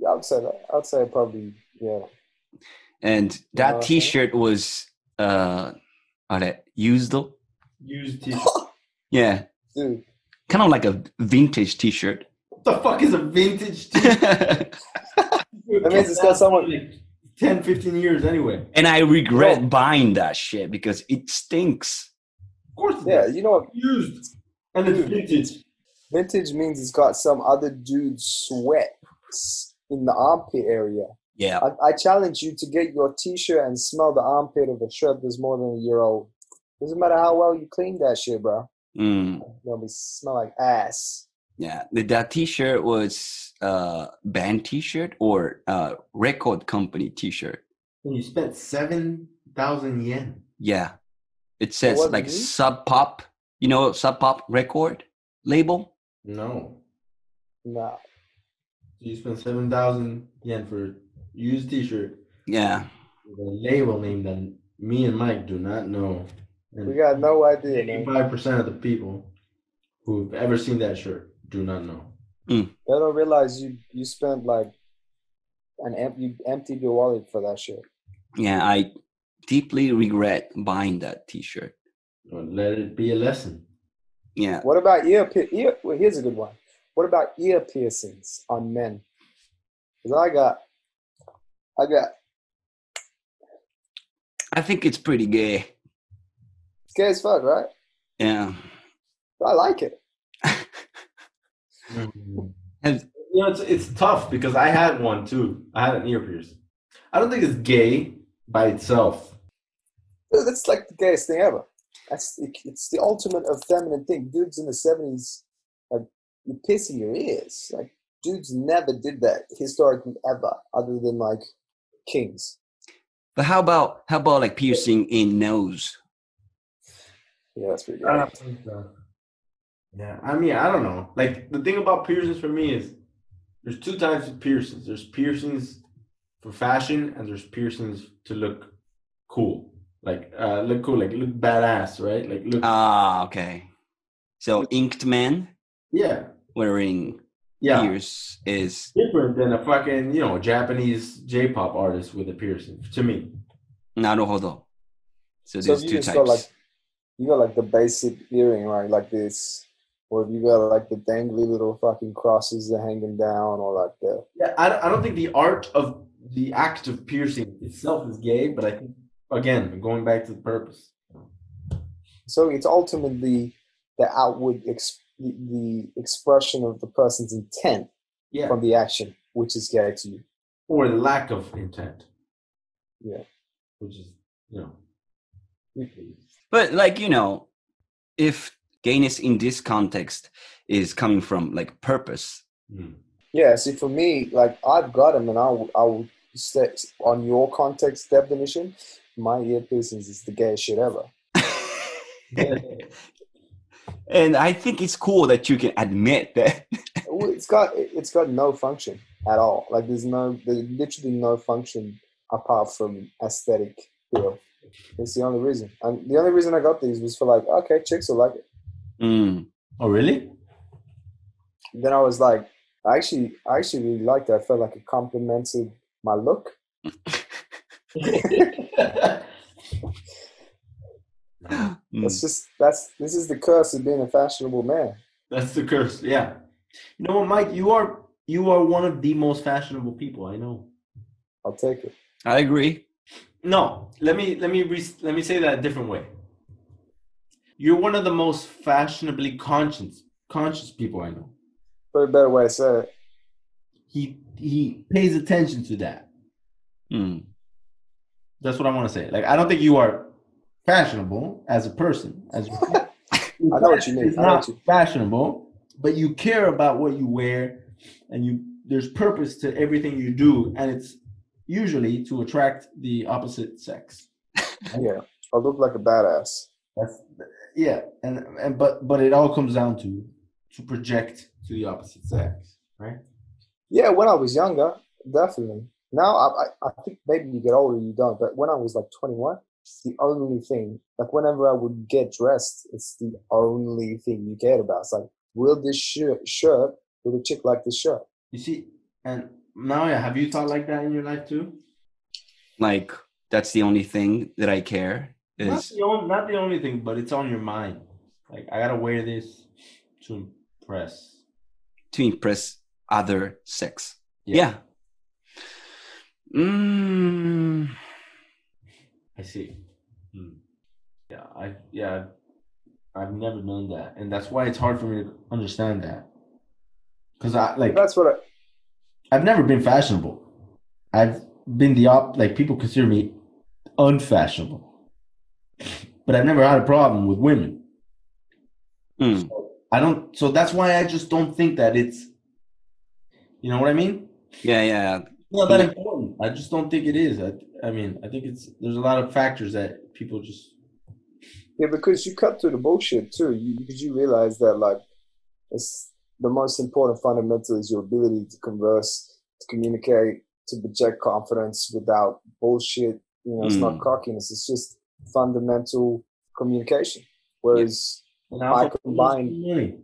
Yeah, I would say that. I would say probably yeah. And Uh-huh. that t-shirt was, uh, あれ、used? Used t-shirt. Yeah. Dude, Kind of like a vintage t-shirt. what the fuck is a vintage t-shirt? That means it's got someone- like 10, 15 years anyway. And I regret Bro. buying that shit because it stinks. Of course it yeah, is. you know what? Used. And it's vintage. Vintage means it's got some other dude's sweat s- in the armpit area. Yeah. I, I challenge you to get your t-shirt and smell the armpit of a shirt that's more than a year old. Doesn't matter how well you clean that shit, bro. Mm. You'll be smell like ass. Yeah. That t-shirt was uh band t-shirt or uh record company t-shirt. And you spent 7,000 yen. Yeah. It says was like it? Sub Pop, you know, Sub Pop record label. No. Nah. You spent 7,000 yen for a used t shirt Yeah. with a label name that me and Mike do not know. And We got no idea, man. 85% of the people who've ever seen that shirt do not know. They don't realize you you spent like an em- you emptied your wallet for that shit. Yeah. I deeply regret buying that t shirt. But let it be a lesson. Yeah. What about ear, pier- ear well, here's a good one. What about ear piercings on men? 'Cause I got I got I think it's pretty gay. it's gay as fuck, right? Yeah. But I like it. Has- You know, it's, it's tough because I had one too. I had an ear pierce. I don't think it's gay by itself. Dude, that's like the gayest thing ever. That's it's the ultimate of feminine thing. Dudes in the seventies, like you piss in your ears. Like dudes never did that historically ever, other than like kings. But how about how about like piercing in nose? Yeah, that's pretty good. I don't think so. Yeah, I mean, I don't know. Like the thing about piercings for me is there's two types of piercings. There's piercings for fashion, and there's piercings to look cool, like uh, look cool, like look badass, right? Like look, Ah, okay. So inked man yeah, wearing yeah. ears is Different than a fucking you know Japanese J-pop artist with a piercing to me. なるほど. So So there's if two you just got types. like you got like the basic earring, right? Like this, or if you got like the dangly little fucking crosses that hanging down, or like the Yeah, I, don't- I don't think the art of the act of piercing itself is gay, but I think again going back to the purpose. So it's ultimately the outward ex- the, the expression of the person's intent Yeah. from the action, which is gay to you. or the lack of intent. Yeah. Which is, you know. But like you know, if gayness in this context is coming from like purpose. Mm. Yeah, see, for me, like I've got them, and I will, I will say, on your context definition, my ear piercings is the gayest shit ever. and I think it's cool that you can admit that. Well, it's got it's got no function at all. Like there's no there's literally no function apart from aesthetic appeal. It's the only reason, and the only reason I got these was for like, okay, chicks will like it. Mm. Oh, really? Then I was like, I actually I actually really liked it. I felt like it complemented my look. Mm. That's just that's this is the curse of being a fashionable man. That's the curse. Yeah. You know what, Mike? You are you are one of the most fashionable people I know. I'll take it. I agree. No, let me let me re- let me say that a different way. You're one of the most fashionably conscious conscious people I know. Probably a better way to say it. He he pays attention to that. Mm. That's what I want to say. Like I don't think you are fashionable as a person. As I I know what you mean. It's I know not what you- fashionable, but you care about what you wear, and you there's purpose to everything you do, and it's usually to attract the opposite sex. Yeah, I look like a badass. That's yeah, and and but but it all comes down to to project to the opposite sex, right? Yeah, when I was younger, definitely. Now I, I, I think maybe you get older, you don't. But when I was like 21, it's the only thing. Like whenever I would get dressed, it's the only thing you cared about. It's like, will this shirt, shirt will a chick like this shirt? You see, and Maya, have you thought like that in your life too? Like that's the only thing that I care Not is the, only, not the only thing, but it's on your mind. Like I gotta wear this to impress. to impress other sex. Yeah. Yeah. Mm. I see. Hmm. Yeah, I yeah, I've never known that, and that's why it's hard for me to understand that. Cause I like That's what I, I've never been fashionable. I've been the op like people consider me unfashionable. But I've never had a problem with women. Mm. I don't so that's why I just don't think that it's you know what I mean? Yeah, yeah. Not that important. I just don't think it is. I I mean, I think it's there's a lot of factors that people just Yeah, because you cut through the bullshit too. You, because you realize that like, it's the most important fundamental is your ability to converse, to communicate, to project confidence without bullshit. You know, it's not Mm. cockiness. It's just fundamental communication. Whereas and I combine- Money.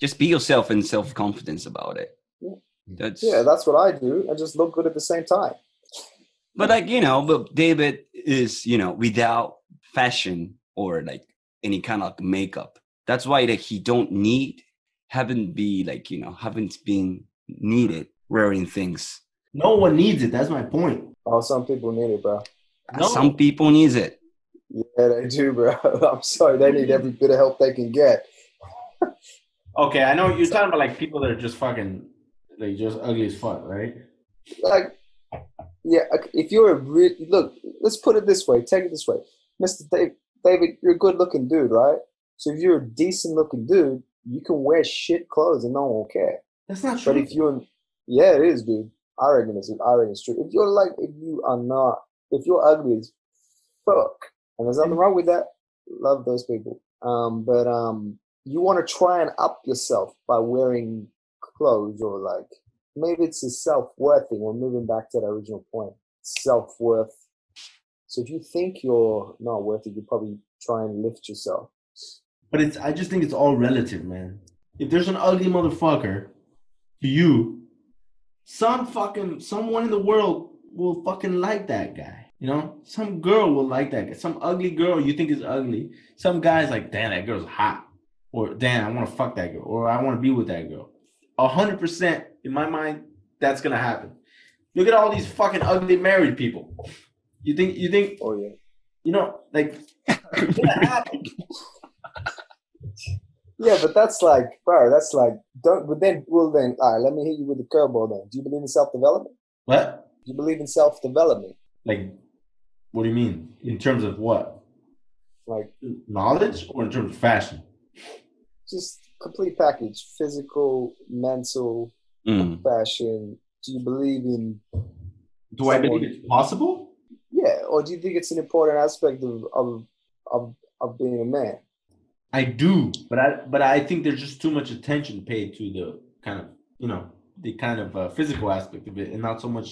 Just be yourself and self confidence about it. Yeah. That's yeah, that's what I do. I just look good at the same time. but like you know but david is you know without fashion or like any kind of makeup that's why that he don't need haven't be like you know haven't been needed wearing things No one needs it. That's my point. Oh, some people need it, bro. No. some people needs it Yeah, they do, bro. I'm sorry, they need every bit of help they can get. Okay, I know you're talking about like people that are just fucking like just ugly as fuck, right? like yeah ok- if you're a real look let's put it this way take it this way mr Dave, david you're a good looking dude right so if you're a decent looking dude you can wear shit clothes and no one will care That's not but if you're yeah it is dude i reckon it's i reckon it's true if you're like if you are not if you're ugly as fuck and there's nothing wrong with that love those people um but um you want to try and up yourself by wearing clothes or like maybe it's a self-worth thing. We're moving back to the original point. Self-worth. So if you think you're not worth it, you probably try and lift yourself. But it's I just think it's all relative, man. If there's an ugly motherfucker to you, some fucking someone in the world will fucking like that guy. You know? Some girl will like that guy. Some ugly girl you think is ugly. Some guy's like, damn, that girl's hot. Or damn, I wanna fuck that girl. Or I wanna be with that girl. A hundred percent in my mind, that's gonna happen. Look at all these fucking ugly married people. You think you think Oh yeah. you know like it's gonna happen. Yeah, but that's like, bro, that's like don't but then well then all right, let me hit you with the curveball then. Do you believe in self-development? what? Do you believe in self-development? Like, what do you mean? In terms of what? Like Knowledge or in terms of fashion? just complete package physical mental うん。 fashion do you believe in Do I believe it's possible? yeah or do you think it's an important aspect of of of, of being a man I do, but I but I think there's just too much attention paid to the kind of you know the kind of uh, physical aspect of it, and not so much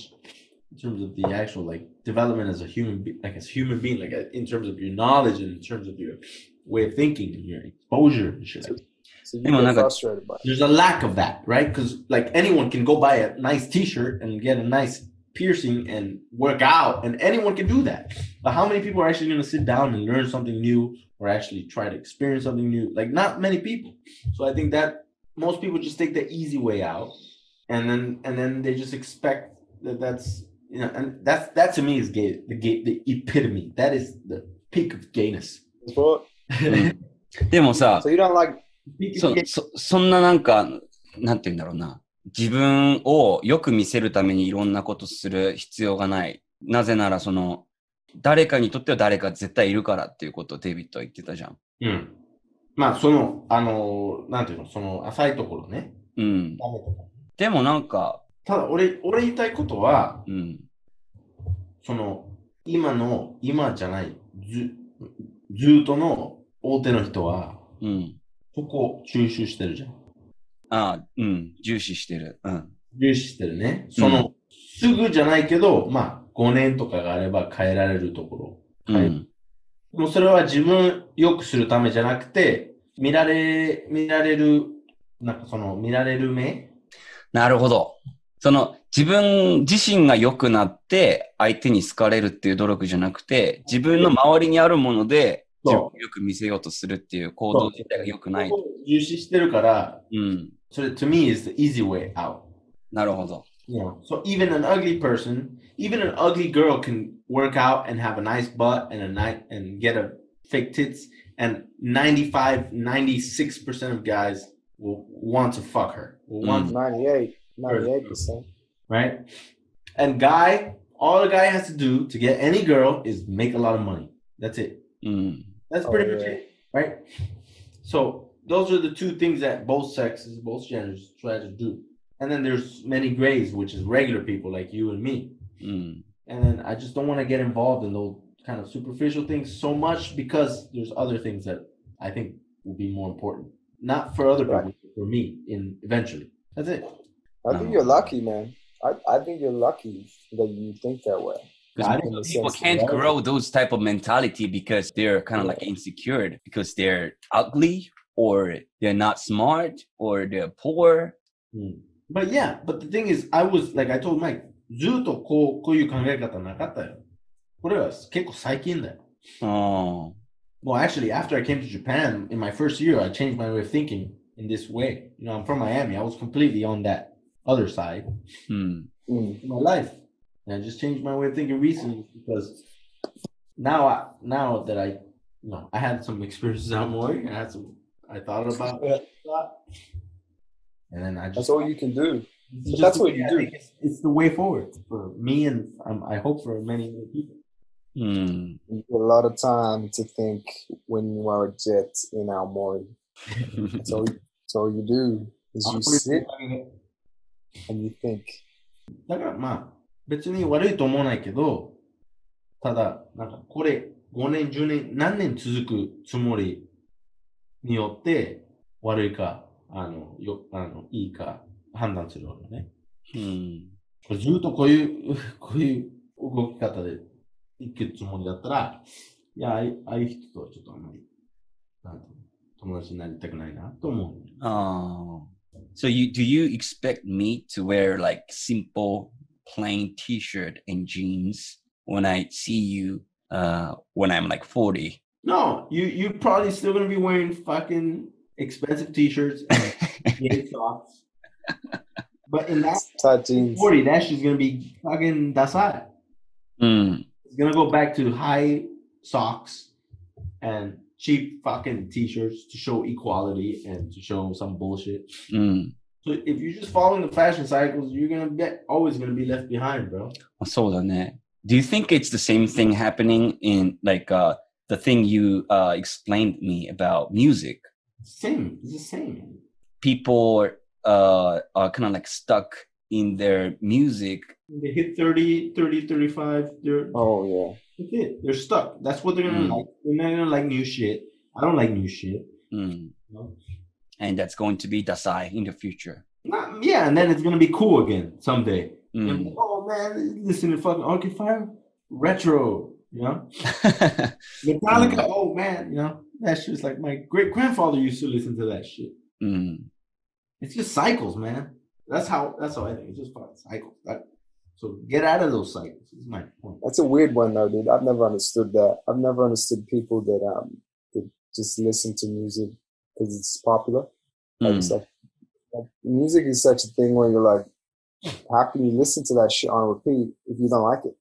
in terms of the actual like development as a human be- like as a human being, like uh, in terms of your knowledge and in terms of your way of thinking and your exposure and shit. Like, so you Hang on, I get got- frustrated by it there's a lack of that, right? Because like anyone can go buy a nice T-shirt and get a nice piercing and work out, and anyone can do that. But how many people are actually going to sit down and learn something new or actually try to experience something new? Like not many people. So I think that most people just take the easy way out, and then and then they just expect that that's you know, and that's that to me is gay, the gay, the epitome. That is the peak of gayness. But- でもさ so、you don't like Peak of そ gay- そそんななんか、なんて言うんだろうな。自分をよく見せるためにいろんなことする必要がない。なぜならその、誰かにとっては誰か絶対いるからっていうことをデイビッドは言ってたじゃん。うん。まあ、その、あの、なんていうの、その、浅いところね。うん。でもなんか、ただ、俺、俺言いたいことは、うん。その、今の、今じゃない、ず、ずーっとの大手の人は、うん。そこを吸収してるじゃん。ああ、うん。重視してる。うん。重視してるね。その、すぐじゃないけど、まあ、5年とかがあれば変えられるところ。うん。はいもうそれは自分良くするためじゃなくて、見られ、見られる、なんかその、見られる目なるほど。その、自分自身が良くなって、相手に好かれるっていう努力じゃなくて、自分の周りにあるもので、自分そをよく見せようとするっていう行動自体が良くないそ。こを重視してるから、うん。 So that to me is the easy way out. なるほど。 You know, so even an ugly person, even an ugly girl can work out and have a nice butt and a nice and get a fake tits and 95, 96% of guys will want to fuck her. Will want, 98 98% right? And guy, all a guy has to do to get any girl is make a lot of money. That's it. うん。 That's Oh, pretty much yeah. it, right? So those are the two things that both sexes, both genders try to do. And then there's many grays, which is regular people like you and me. うん。 And then I just don't want to get involved in those kind of superficial things so much because there's other things that I think will be more important. Not for other people, Right. for me in eventually. That's it. i think No. you're lucky man I, I think you're lucky that you think that way I in People the sense that can't I- grow those type of mentality because they're kind of like insecure because they're ugly or they're not smart or they're poor. But yeah, but the thing is, I was like I told Mike, ずっとこうこういう考え方なかったよ。これは結構最近だよ。うん。 Well, actually, after I came to Japan in my first year, I changed my way of thinking in this way. You know, I'm from Miami. I was completely on that other side うん。 Mm. of my life, and I just changed my way of thinking recently because now, I now that I, you know, I had some experiences out more, and I had some, I thought about, it a lot. and then I just that's all you can do it's just that's the what way you I do. think It's, it's the way forward for me, and um, I hope for many other people. うん。 you get a lot of time to think when you are a jet in Aomori. That's all, that's all you do is you sit and you think. だからまあ、別に悪いと思わないけど、ただ、なんかこれ5年、10年、何年続くつもりによって、悪いか、あの、よ、あの、いいか判断するわけね。うん。これずっとこういう、 こういう動き方で行くつもりだったら、いや、ああいうああいう人とはちょっとあんまり、なんていうの友達になりたくないなと思う。 Oh. So you do you expect me to wear like simple plain t-shirt and jeans when I see you uh when I'm like 40? No, you you probably still gonna be wearing fucking expensive t-shirts and Yates socks. But in that Tight jeans. 40, that shit's gonna be fucking dasai. Mm. It's gonna go back to high socks and cheap fucking t-shirts to show equality and to show some bullshit. Mm. So if you're just following the fashion cycles, you're gonna be always gonna be left behind, bro. そうだね. Do you think it's the same thing happening in like uh the thing you uh explained me about music? Same. It's the same. man. People uh, are kind of like stuck in their music. They hit 30, 30, 35. They're, Oh yeah. That's it. They're stuck. That's what they're gonna Mm. like. They're not gonna like new shit. I don't like new shit. Mm. No. And that's going to be Dasai in the future. Not, yeah, and then it's gonna be cool again someday. Mm. And, oh man, listen to fucking Arcade Fire, retro. You know, Metallica. Mm. Oh man, you know that shit's like my great grandfather used to listen to that shit. mm. It's just cycles, man. That's how. That's how I think. It's just fucking cycles. That- so get out of those cycles. Is my point. That's a weird one though, dude. I've never understood that. I've never understood people that um that just listen to music because it's popular. Like, it's Mm. like, like, music is such a thing where you're like, how can you listen to that shit on repeat if you don't like it?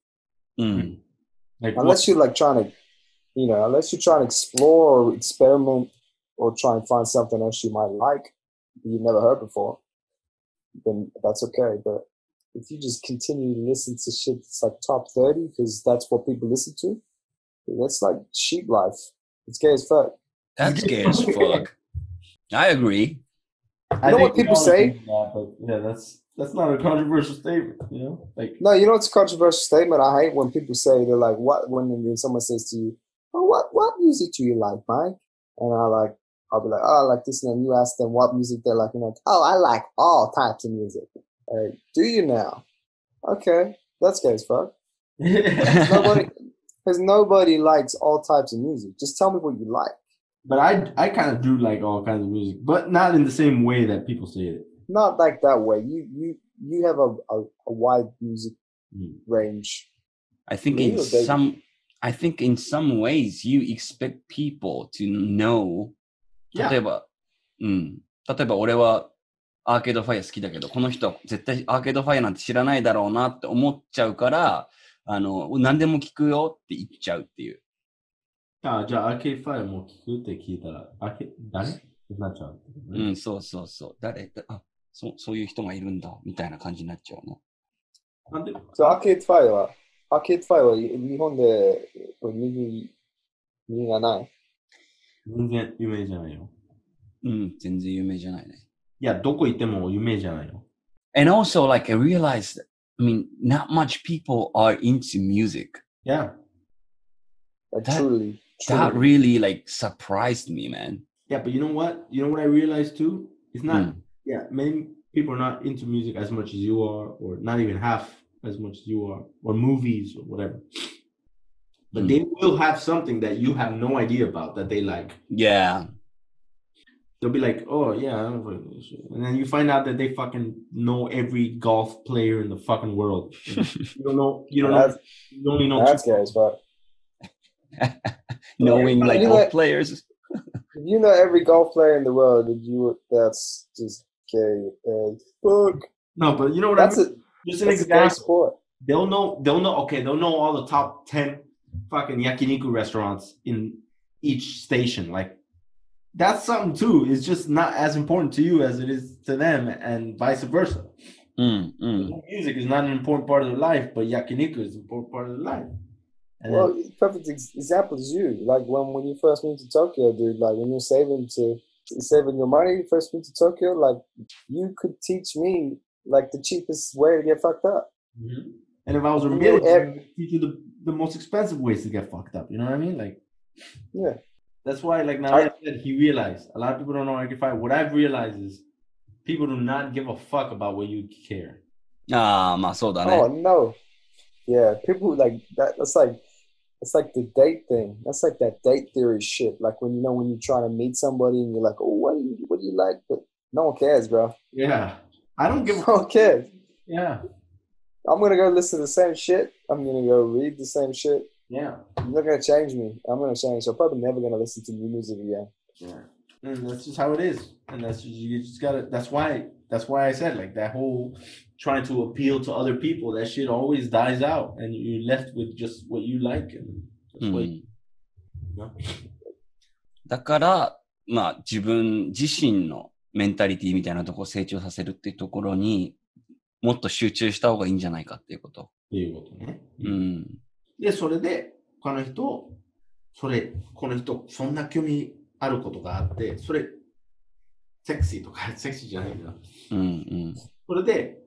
Mm. Like what- Unless you're like trying to, you know, unless you're trying to explore or experiment or try and find something else you might like that you've never heard before, then that's okay. But if you just continue to listen to shit that's like top 30 because that's what people listen to, then that's like sheep life. It's gay as fuck. That's gay as fuck. I agree. I know think what we people all say? agree on that, but yeah, that's that's not a controversial statement. You know, like No, you know it's a controversial statement. I hate when people say they're like, "What?" When then someone says to you, "Oh, what what music do you like, Mike?" And I like, I'll be like, "Oh, I like this," and then you ask them what music they like, and they're like, "Oh, I like all types of music." Like, do you now? Okay, that's gay as fuck. Nobody, because nobody likes all types of music. Just tell me what you like. But I I kind of do like all kinds of music, but not in the same way that people say it. Not like that way. You you you have a a, a wide music Mm. range. I think Me in or they- some I think in some ways you expect people to know いや例えば、うん、例えば俺はアーケードファイア好きだけどこの人は絶対アーケードファイアなんて知らないだろうなって思っちゃうからあの何でも聞くよって言っちゃうっていうあじゃあ、アーケードファイアも聞くって聞いたら、アーケ誰ってなっちゃう、うねんそうそうそう誰あそそういう人がいるんだみたいな感じになっちゃうねなんで So Arcade Fire は、Arcade Fire は日本でこれ人気人気がない。全然有名じゃないよ。うん全然有名じゃないねいや、どこ行っても有名じゃないよ。 and also like I realized I mean not much people are into music いや、 Like That- truly, truly. that really like surprised me man いや、but you know what? You know what I realized too? It's not, うん yeah, many people are not into music as much as you are, or not even half as much as you are, or movies or whatever. But Mm. they will have something that you have no idea about that they like. yeah they'll be like, "Oh yeah," I don't fucking know shit." and then you find out that they fucking know every golf player in the fucking world. you don't know. You don't know. That's- You only know. That's gay as fuck. knowing Yeah, like you know all what? players If you know every golf player in the world, that you would- that's just gay as fuck. no, but you know what That's I mean. a Just an that's a gay example. sport. They'll know. They'll know. Okay, they'll know all the top ten fucking yakiniku restaurants in each station. Like that's something too. It's just not as important to you as it is to them, and vice versa. Mm, mm. Music is not an important part of their life, but yakiniku is an important part of their life. And then- Well, perfect ex- example is you. Like when, when you first moved to Tokyo, dude. Like when you're saving to saving your money, you first moved to Tokyo. Like you could teach me like the cheapest way to get fucked up. Mm-hmm. And if I was a Yeah, millionaire, ev- I'd teach you the, the most expensive ways to get fucked up. You know what I mean? Like Yeah. that's why, like now I- that I said he realized a lot of people don't know Arcade Fire. What I've realized is people do not give a fuck about what you care. ああ、まあそうだ Oh ね。 no. Yeah, people who like that that's like it's like the date thing. That's like that date theory shit. Like when you know when you're trying to meet somebody and you're like, Oh, what do you what do you like? But no one cares, bro. Yeah. I don't give a No one cares. Yeah. I'm gonna go listen to the same shit. I'm gonna go read the same shit. Yeah. You're not gonna change me. I'm gonna change. I'm probably never gonna listen to new music again. Yeah. And that's just how it is. And that's just, you just gotta that's why that's why I said like that whole trying to appeal to other people, that shit always dies out and you're left with just what you like and that's う what ん、だから、まあ自分自身のメンタリティみたいなとこを成長させるっていうところにもっと集中した方がいいんじゃないかっていうこと。っていうことね。うん。で、それで、他の人、それ、この人、そんな興味あることがあって、それ、セクシーとか、 セクシーじゃないけど、うんそれで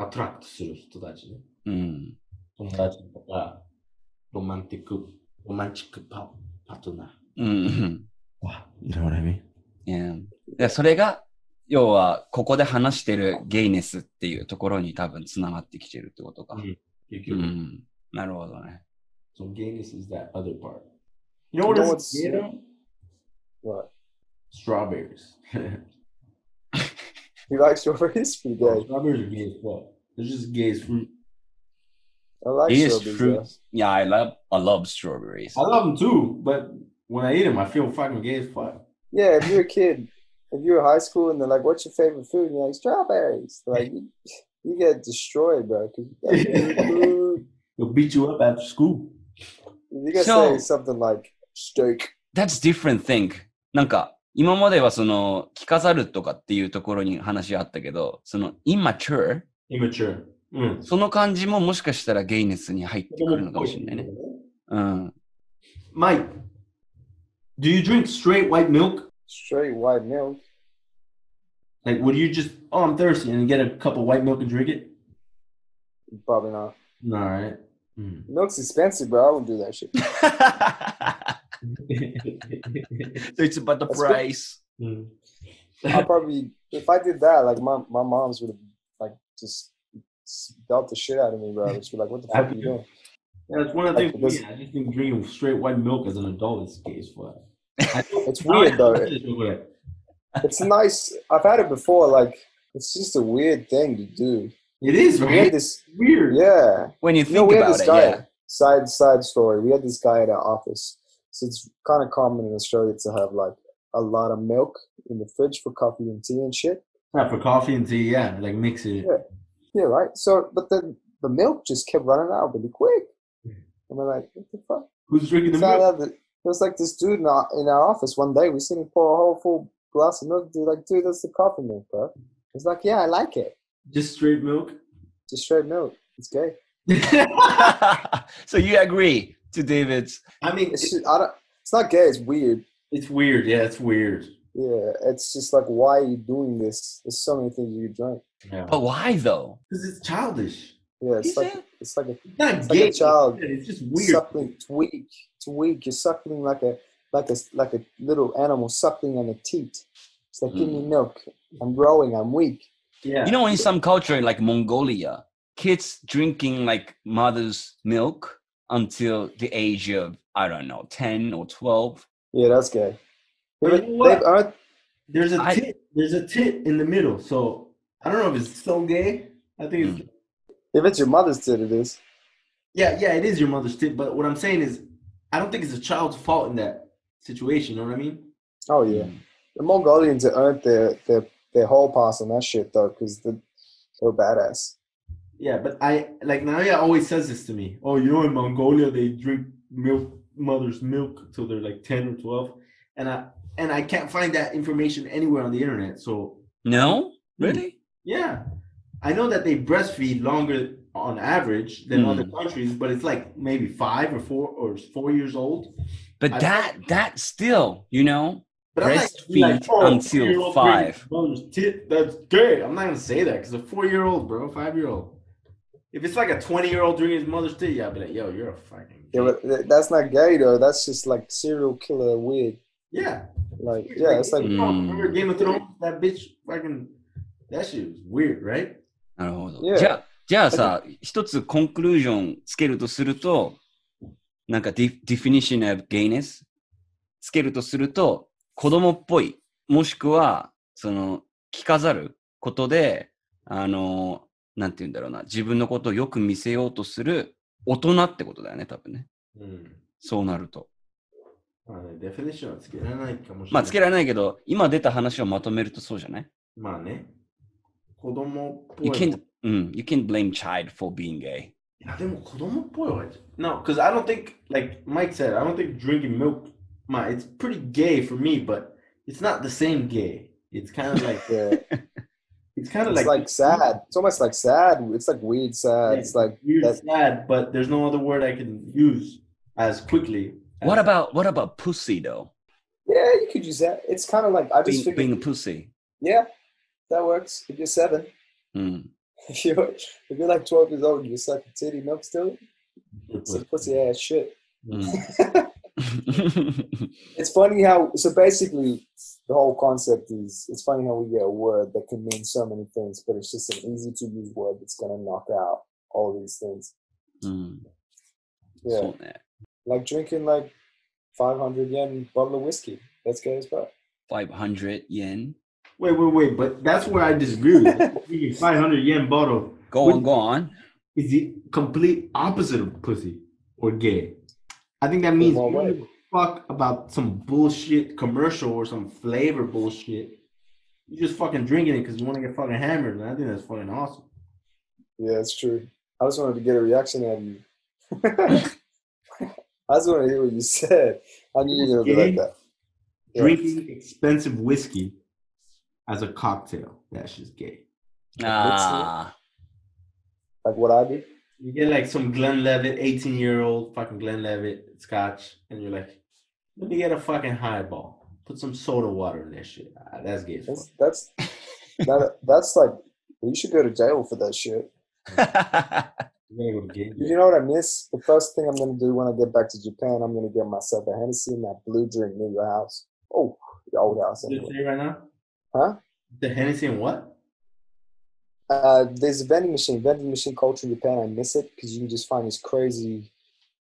アトラクトする人たちね。うんうん友達とか、ロマンティック、ロマンチックパパートナうー。んうん。 You know what I mean? Yeah. でそれが、要は、ここで話してるゲイネスっていうところに多分つながってきてるってことか。結う局、ん。なるほどね。 so gayness is that other part. You know what You know is what's- gay though? What? Strawberries. You like strawberries? Pretty gay. Strawberries are gay as well. They're just gay as fruit. I like It is strawberries. fruit. though. Yeah, I love, I love strawberries. I love them too, but when I eat them, I feel fucking gay as fuck. Yeah, if you're a kid, if you're in high school and they're like, "What's your favorite food?" And you're like, "Strawberries." Like, you, you get destroyed, bro. 'cause you got good food. They'll beat you up after school. If you can So- say something like steak, That's different thing. なんか、今まではその、着飾るとかっていうところに話あったけど、その、immature? Immature. Mm. うん。その感じももしかしたらゲイネスに入ってくるのかもしれないね。うん。 Mike, do you drink straight white milk? straight white milk. Like, would you just, oh, I'm thirsty, and get a cup of white milk and drink it? Probably not. No, all right. Mm. Milk's expensive, bro. I wouldn't do that shit. So it's about the price. Mm. I probably, if I did that, like my, my mom's would have like just dealt the shit out of me, bro. She'd be like, "What the fuck are you doing?" Yeah, it's one of the Like things. this- yeah, I just think drinking straight white milk as an adult is gay as fuck. It's weird though. It's nice. I've had it before. Like, it's just a weird thing to do. It is We had right. this, It's weird. yeah. When you No, think we had about this it, guy. yeah. Side side story. We had this guy at our office. So it's kind of common in Australia to have like a lot of milk in the fridge for coffee and tea and shit. Yeah, for coffee and tea, yeah, like mix it. Yeah. Yeah, right. So, but then the milk just kept running out really quick. And we're like, what the fuck? Who's drinking the Found milk? out that there was like this dude in our, in our office one day. We seen him pour a whole full glass of milk. Dude, like, dude, that's the coffee milk, bro. He's like, yeah, I like it. Just straight milk. Just straight milk. It's gay. so you agree to David's. I mean, It's just, I don't. It's not gay. It's weird. it's weird. Yeah, it's weird. Yeah, it's just like, why are you doing this? There's so many things you could drink. Yeah. But why though? Because it's childish. Yeah, it's Is like it? it's like a It's not It's like gay. a child. It's just weird. suckling. It's weak. It's weak. You're suckling like a like a like a little animal suckling on a teat. It's like, give me milk. I'm growing. I'm weak. Yeah. You know, in some culture like Mongolia, kids drinking like mother's milk until the age of I don't know, ten or twelve. Yeah, that's gay. But But you know what? they've earned- there's a I- tit. There's a tit in the middle. So I don't know if it's so gay. I think Hmm. it's if it's your mother's tit, it is. Yeah, yeah, it is your mother's tip, but what I'm saying is, I don't think it's a child's fault in that situation. You know what I mean? Oh yeah, the Mongolians have earned their their their whole pass on that shit though, because the, they're badass. Yeah, but I like Naya always says this to me. Oh, you know, in Mongolia they drink milk, mother's milk, till they're like ten or twelve, and I and I can't find that information anywhere on the internet. So No? Really? yeah, I know that they breastfeed longer on average than Hmm. other countries, but it's like maybe five or four or four years old. But I- that that still, you know, But I'm not gonna be oh, Breastfeed until four-year-old five. drinking mother's tit, that's gay. I'm not gonna say that because a four-year-old, bro, five-year-old. If it's like a twenty-year-old drinking his mother's tit, yeah, I'd be like, yo, you're a fucking. Yeah, gay. but th- that's not gay though. That's just like serial killer weird. yeah, Like yeah, it's like Mm. remember Game of Thrones? That bitch fucking. That shit was weird, right? なるほど。 Yeah. じゃあ、じゃあさ、一つコンクルージョンつけるとすると、なんかディディフィニッション of gayness つけるとすると、子供っぽい、もしくは、その、着飾ることで、あの、なんて言うんだろうな、自分のことをよく見せようとする大人ってことだよね、多分ね。Hmm. そうなると。デフィニッションはつけられないかもしれない。まあ、つけられないけど、今出た話をまとめるとそうじゃないまあね。子供っぽ ?You い。 can, うん、you can blame child for being gay. いやでも子供っぽいわ。No, because I don't think, like Mike said, I don't think drinking milk, my, it's pretty gay for me, but it's not the same gay. It's kind of like, yeah. it's kind of It's like, like, sad. It's almost like sad. It's like weird sad. It's like weird, that- sad, but there's no other word I can use as quickly. As, What about, what about pussy though? yeah, you could use that. It's kind of like I just Being, figured being a pussy. Yeah, that works. If you're seven, うん。 if you're if you're like twelve years old, and you're sucking titty milk still. It's some pussy ass shit. うん mm. It's funny how so basically the whole concept is it's funny how we get a word that can mean so many things, but it's just an easy to use word that's gonna knock out all these things. うん。 Yeah. そうね。 Like drinking like five hundred yen bottle of whiskey. That's gay as fuck. 500 yen. Wait, wait, wait. But that's where I disagree. with you. 500 yen bottle Go on, go on. is the complete opposite of pussy or gay. I think that means what you don't way? give a fuck about some bullshit commercial or some flavor bullshit. You just fucking drinking it because you want to get fucking hammered, and I think that's fucking awesome. Yeah, that's true. I just wanted to get a reaction out of you. I just want to hear what you said. I knew you were gonna be like that. Yeah. Drinking expensive whiskey as a cocktail. That's just gay. Ah, Like what I do. You get like some Glenlivet, 18 year old fucking Glenlivet scotch, and you're like, let me get a fucking highball. Put some soda water in that shit. Ah, that's gay as fuck. That's that's that, that's like you should go to jail for that shit. You're gonna go to gay. You know what I miss? The first thing I'm gonna do when I get back to Japan, I'm gonna get myself a Hennessy and that blue drink near your house. Oh, your old house. Did you Anyway. say right now? Huh? The Hennessy and what? Uh, there's a vending machine, vending machine culture in Japan. I miss it because you can just find these crazy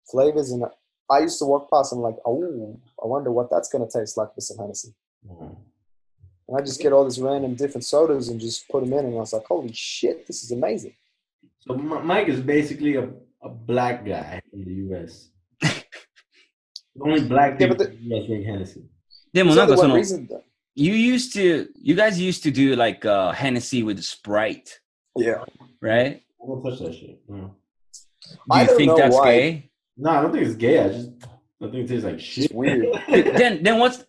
flavors. And I used to walk past, I'm like, oh, I wonder what that's gonna taste like with some Hennessy. Mm. And I just get all these random different sodas and just put them in, and I was like, holy shit, this is amazing. So M- Mike is basically a, a black guy in the U.S. the only black Yeah, people but in the U.S. drink Hennessy. でも It's なん only かそ one の、 reason, though. you used to, you guys used to do like、uh, Hennessy with Sprite, Yeah. right? I don't touch that shit. No, Do I you don't think know that's why. gay? no I don't think it's gay. I just I think it tastes like shit. It's weird. then, then what's,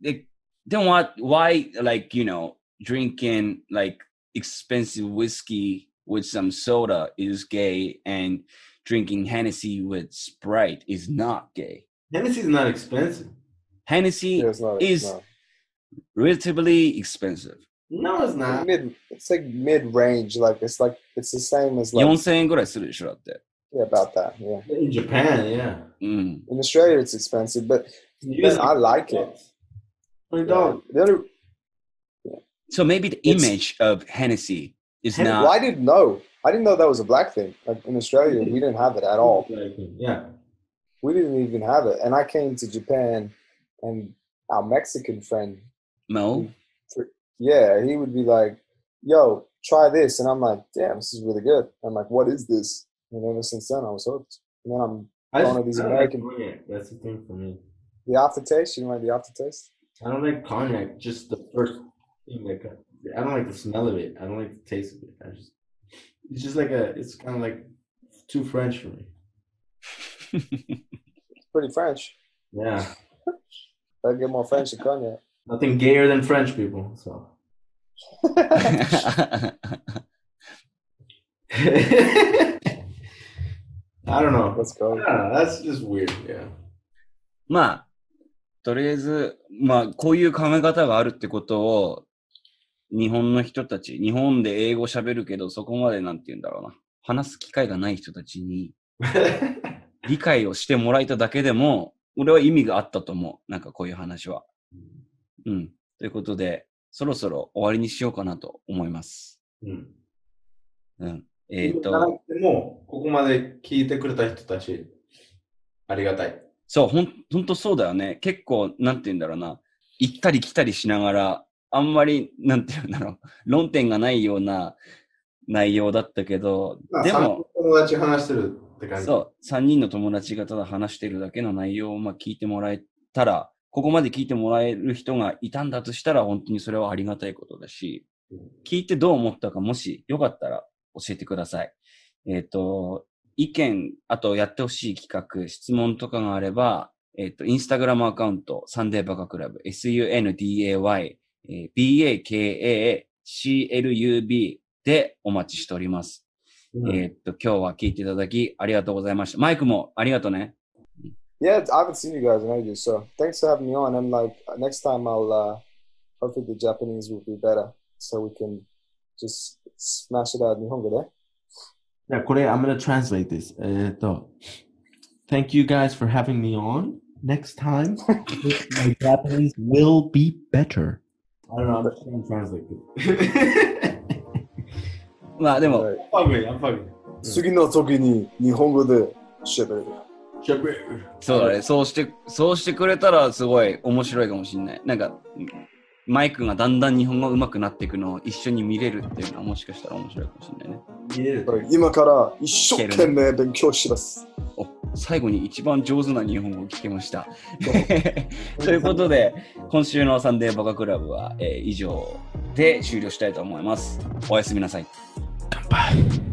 like, then what, why, like, you know, drinking like expensive whiskey with some soda is gay and drinking Hennessy with Sprite is not gay? Hennessy's not expensive. Hennessy Yeah, it's not, is no. relatively expensive. No, it's It's not. mid. It's like mid range. Like it's like it's the same as like 4000円ぐらいするでしょだって。 yeah, about that. Yeah. In Japan, yeah. うん。 In Australia, it's expensive, but You I like it. My dog. the only, So maybe the It's- image of Hennessy is Hen- not. well, I didn't know. I didn't know that was a black thing. Like in Australia, we didn't have it at all. Yeah. We didn't even have it. And I came to Japan, and our Mexican friend, No. yeah, he would be like, "Yo, try this," and I'm like, "Damn, this is really good." I'm like, "What is this?" And ever since then, I was hooked. And then I'm I One of these I don't like American- cognac. That's the thing for me. the aftertaste. You know, like the aftertaste. I don't like cognac. Just the first thing that comes. I don't like the smell of it. I don't like the taste of it. I just it's just like a. It's kind of like too French for me. It's pretty French. Yeah. I get more French than cognac. Nothing gayer than French people. So. I don't know. Let's I go. don't know. That's just weird. Yeah. まあ、とりあえず、まあ、こういう考え方があるってことを、日本の人たち、日本で英語喋るけど、そこまでなんて言うんだろうな。話す機会がない人たちに理解をしてもらえただけでも、俺は意味があったと思う。なんかこういう話は。うん。ということで、そろそろ終わりにしようかなと思います。うんうん。えっ、なと、んでも、Ah, ここまで聞いてくれた人たち、ありがたい。そう、ほん、ほんとそうだよね。結構、なんて言うんだろうな。行ったり来たりしながら、あんまり、なんて言うんだろう。論点がないような内容だったけど、でも、、友達話してるって感じ。そう、3人の友達がただ話してるだけの内容をまあ聞いてもらえたら、ここまで聞いてもらえる人がいたんだとしたら、本当にそれはありがたいことだし、聞いてどう思ったか、もしよかったら教えてください。えっ、と、意見、あとやってほしい企画、質問とかがあれば、えっ、と、インスタグラムアカウント、サンデーバカクラブ、sunday、えー baka、club でお待ちしております。うんえーっと、今日は聞いていただきありがとうございました。マイクもありがとうね。 Yeah, I haven't seen you guys in ages, so thanks for having me on. And like next time, I'll uh, hopefully the Japanese will be better so we can just smash it out in Hongo there. じゃあこれ、I'm gonna translate this. えーっと、Thank you guys for having me on. Next time, my Japanese will be better. I don't know, I'm just gonna translate it. まあでも、 Right. パグリ、アンパグ Mm. 次の時に日本語で喋る。リ。シャブそうだね、そうして、そうしてくれたらすごい面白いかもしれない。なんか、マイクがだんだん日本語上手くなっていくのを一緒に見れるっていうのはもしかしたら面白いかもしれないね。見れる。今から一生懸命勉強します。お最後に一番上手な日本語を聞けました。 ということで、今週のサンデーバカクラブは、えー以上で終了したいと思います。おやすみなさい。乾杯